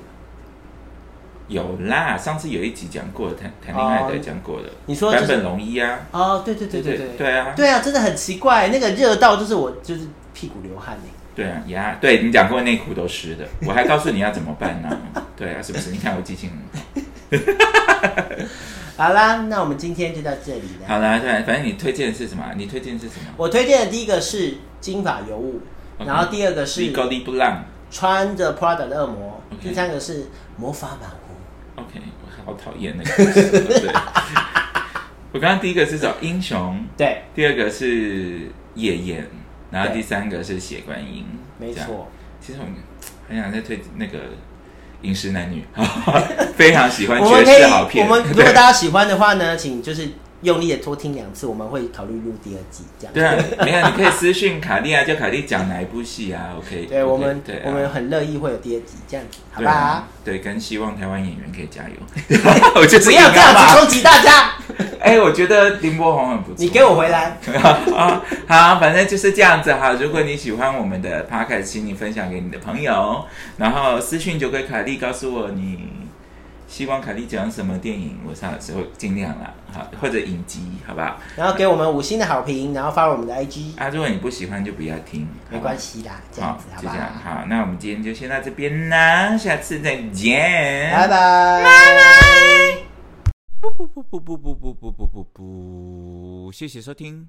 C: 有啦，上次有一集讲过谈谈恋爱的讲过的，
D: 哦你说就
C: 版
D: 是
C: 本龙一啊，
D: 哦，对对对对
C: 对
D: 对
C: 对啊
D: 对啊，真的很奇怪，那个热到就是我就是屁股流汗欸耶
C: 对啊呀，对你讲过内裤都湿 的，我还告诉你要怎么办呢、对啊，是不是？你看我记性很好。
D: 好啦，那我们今天就到这里了。
C: 好啦，对，反正你推荐的是什么？你推荐的是什么
D: 我推荐的第一个是金发尤物，
C: OK
D: 然后第二个是
C: ？Legal l e b l a n
D: 穿着 Prada 的恶魔
C: OK
D: 第三个是魔法满屋。
C: OK，我好讨厌那个故事。 对，我刚刚第一个是找英雄，
D: 对，
C: 第二个是夜宴，然后
D: 对
C: 第三个是血观音，
D: 没
C: 这样
D: 错。
C: 其实我很想再推那个《饮食男女》， 非常喜欢
D: 我
C: 爵
D: 们可以
C: 士好，片。
D: 我们如
C: 对
D: 果大家喜欢的话呢，请就是用力的多听两次，我们会考虑录第二季这 样。
C: 对啊，没有，你可以私讯卡莉啊，叫卡莉讲哪一部戏啊？OK，
D: 对，我们
C: 对啊
D: 我们很乐意会有第二集这样子，好
C: 对
D: 吧？
C: 啊，对，跟希望台湾演员可以加 油。 我就是
D: 不要
C: 硬
D: 这样
C: 吧
D: 子攻击大家，
C: 哎、我觉得林柏宏很不错。
D: 你给我回 来。
C: 啊，好，反正就是这样子哈。如果你喜欢我们的 podcast，请你分享给你的朋友，然后私讯就给凯莉，告诉我你希望凯莉讲什么电影，我上次会尽量啦，好，或者影集，好不好？
D: 然后给我们五星的好评，然后发我们的 IG，
C: 啊，如果你不喜欢就不要听，好
D: 没关。系啦，这样
C: 好
D: 子，好
C: 就这样，
D: 吧？
C: 好，那我们今天就先到这边啦，下次再见，
D: 拜拜，拜拜。
B: 不不不不不不不不不不不，谢谢收听。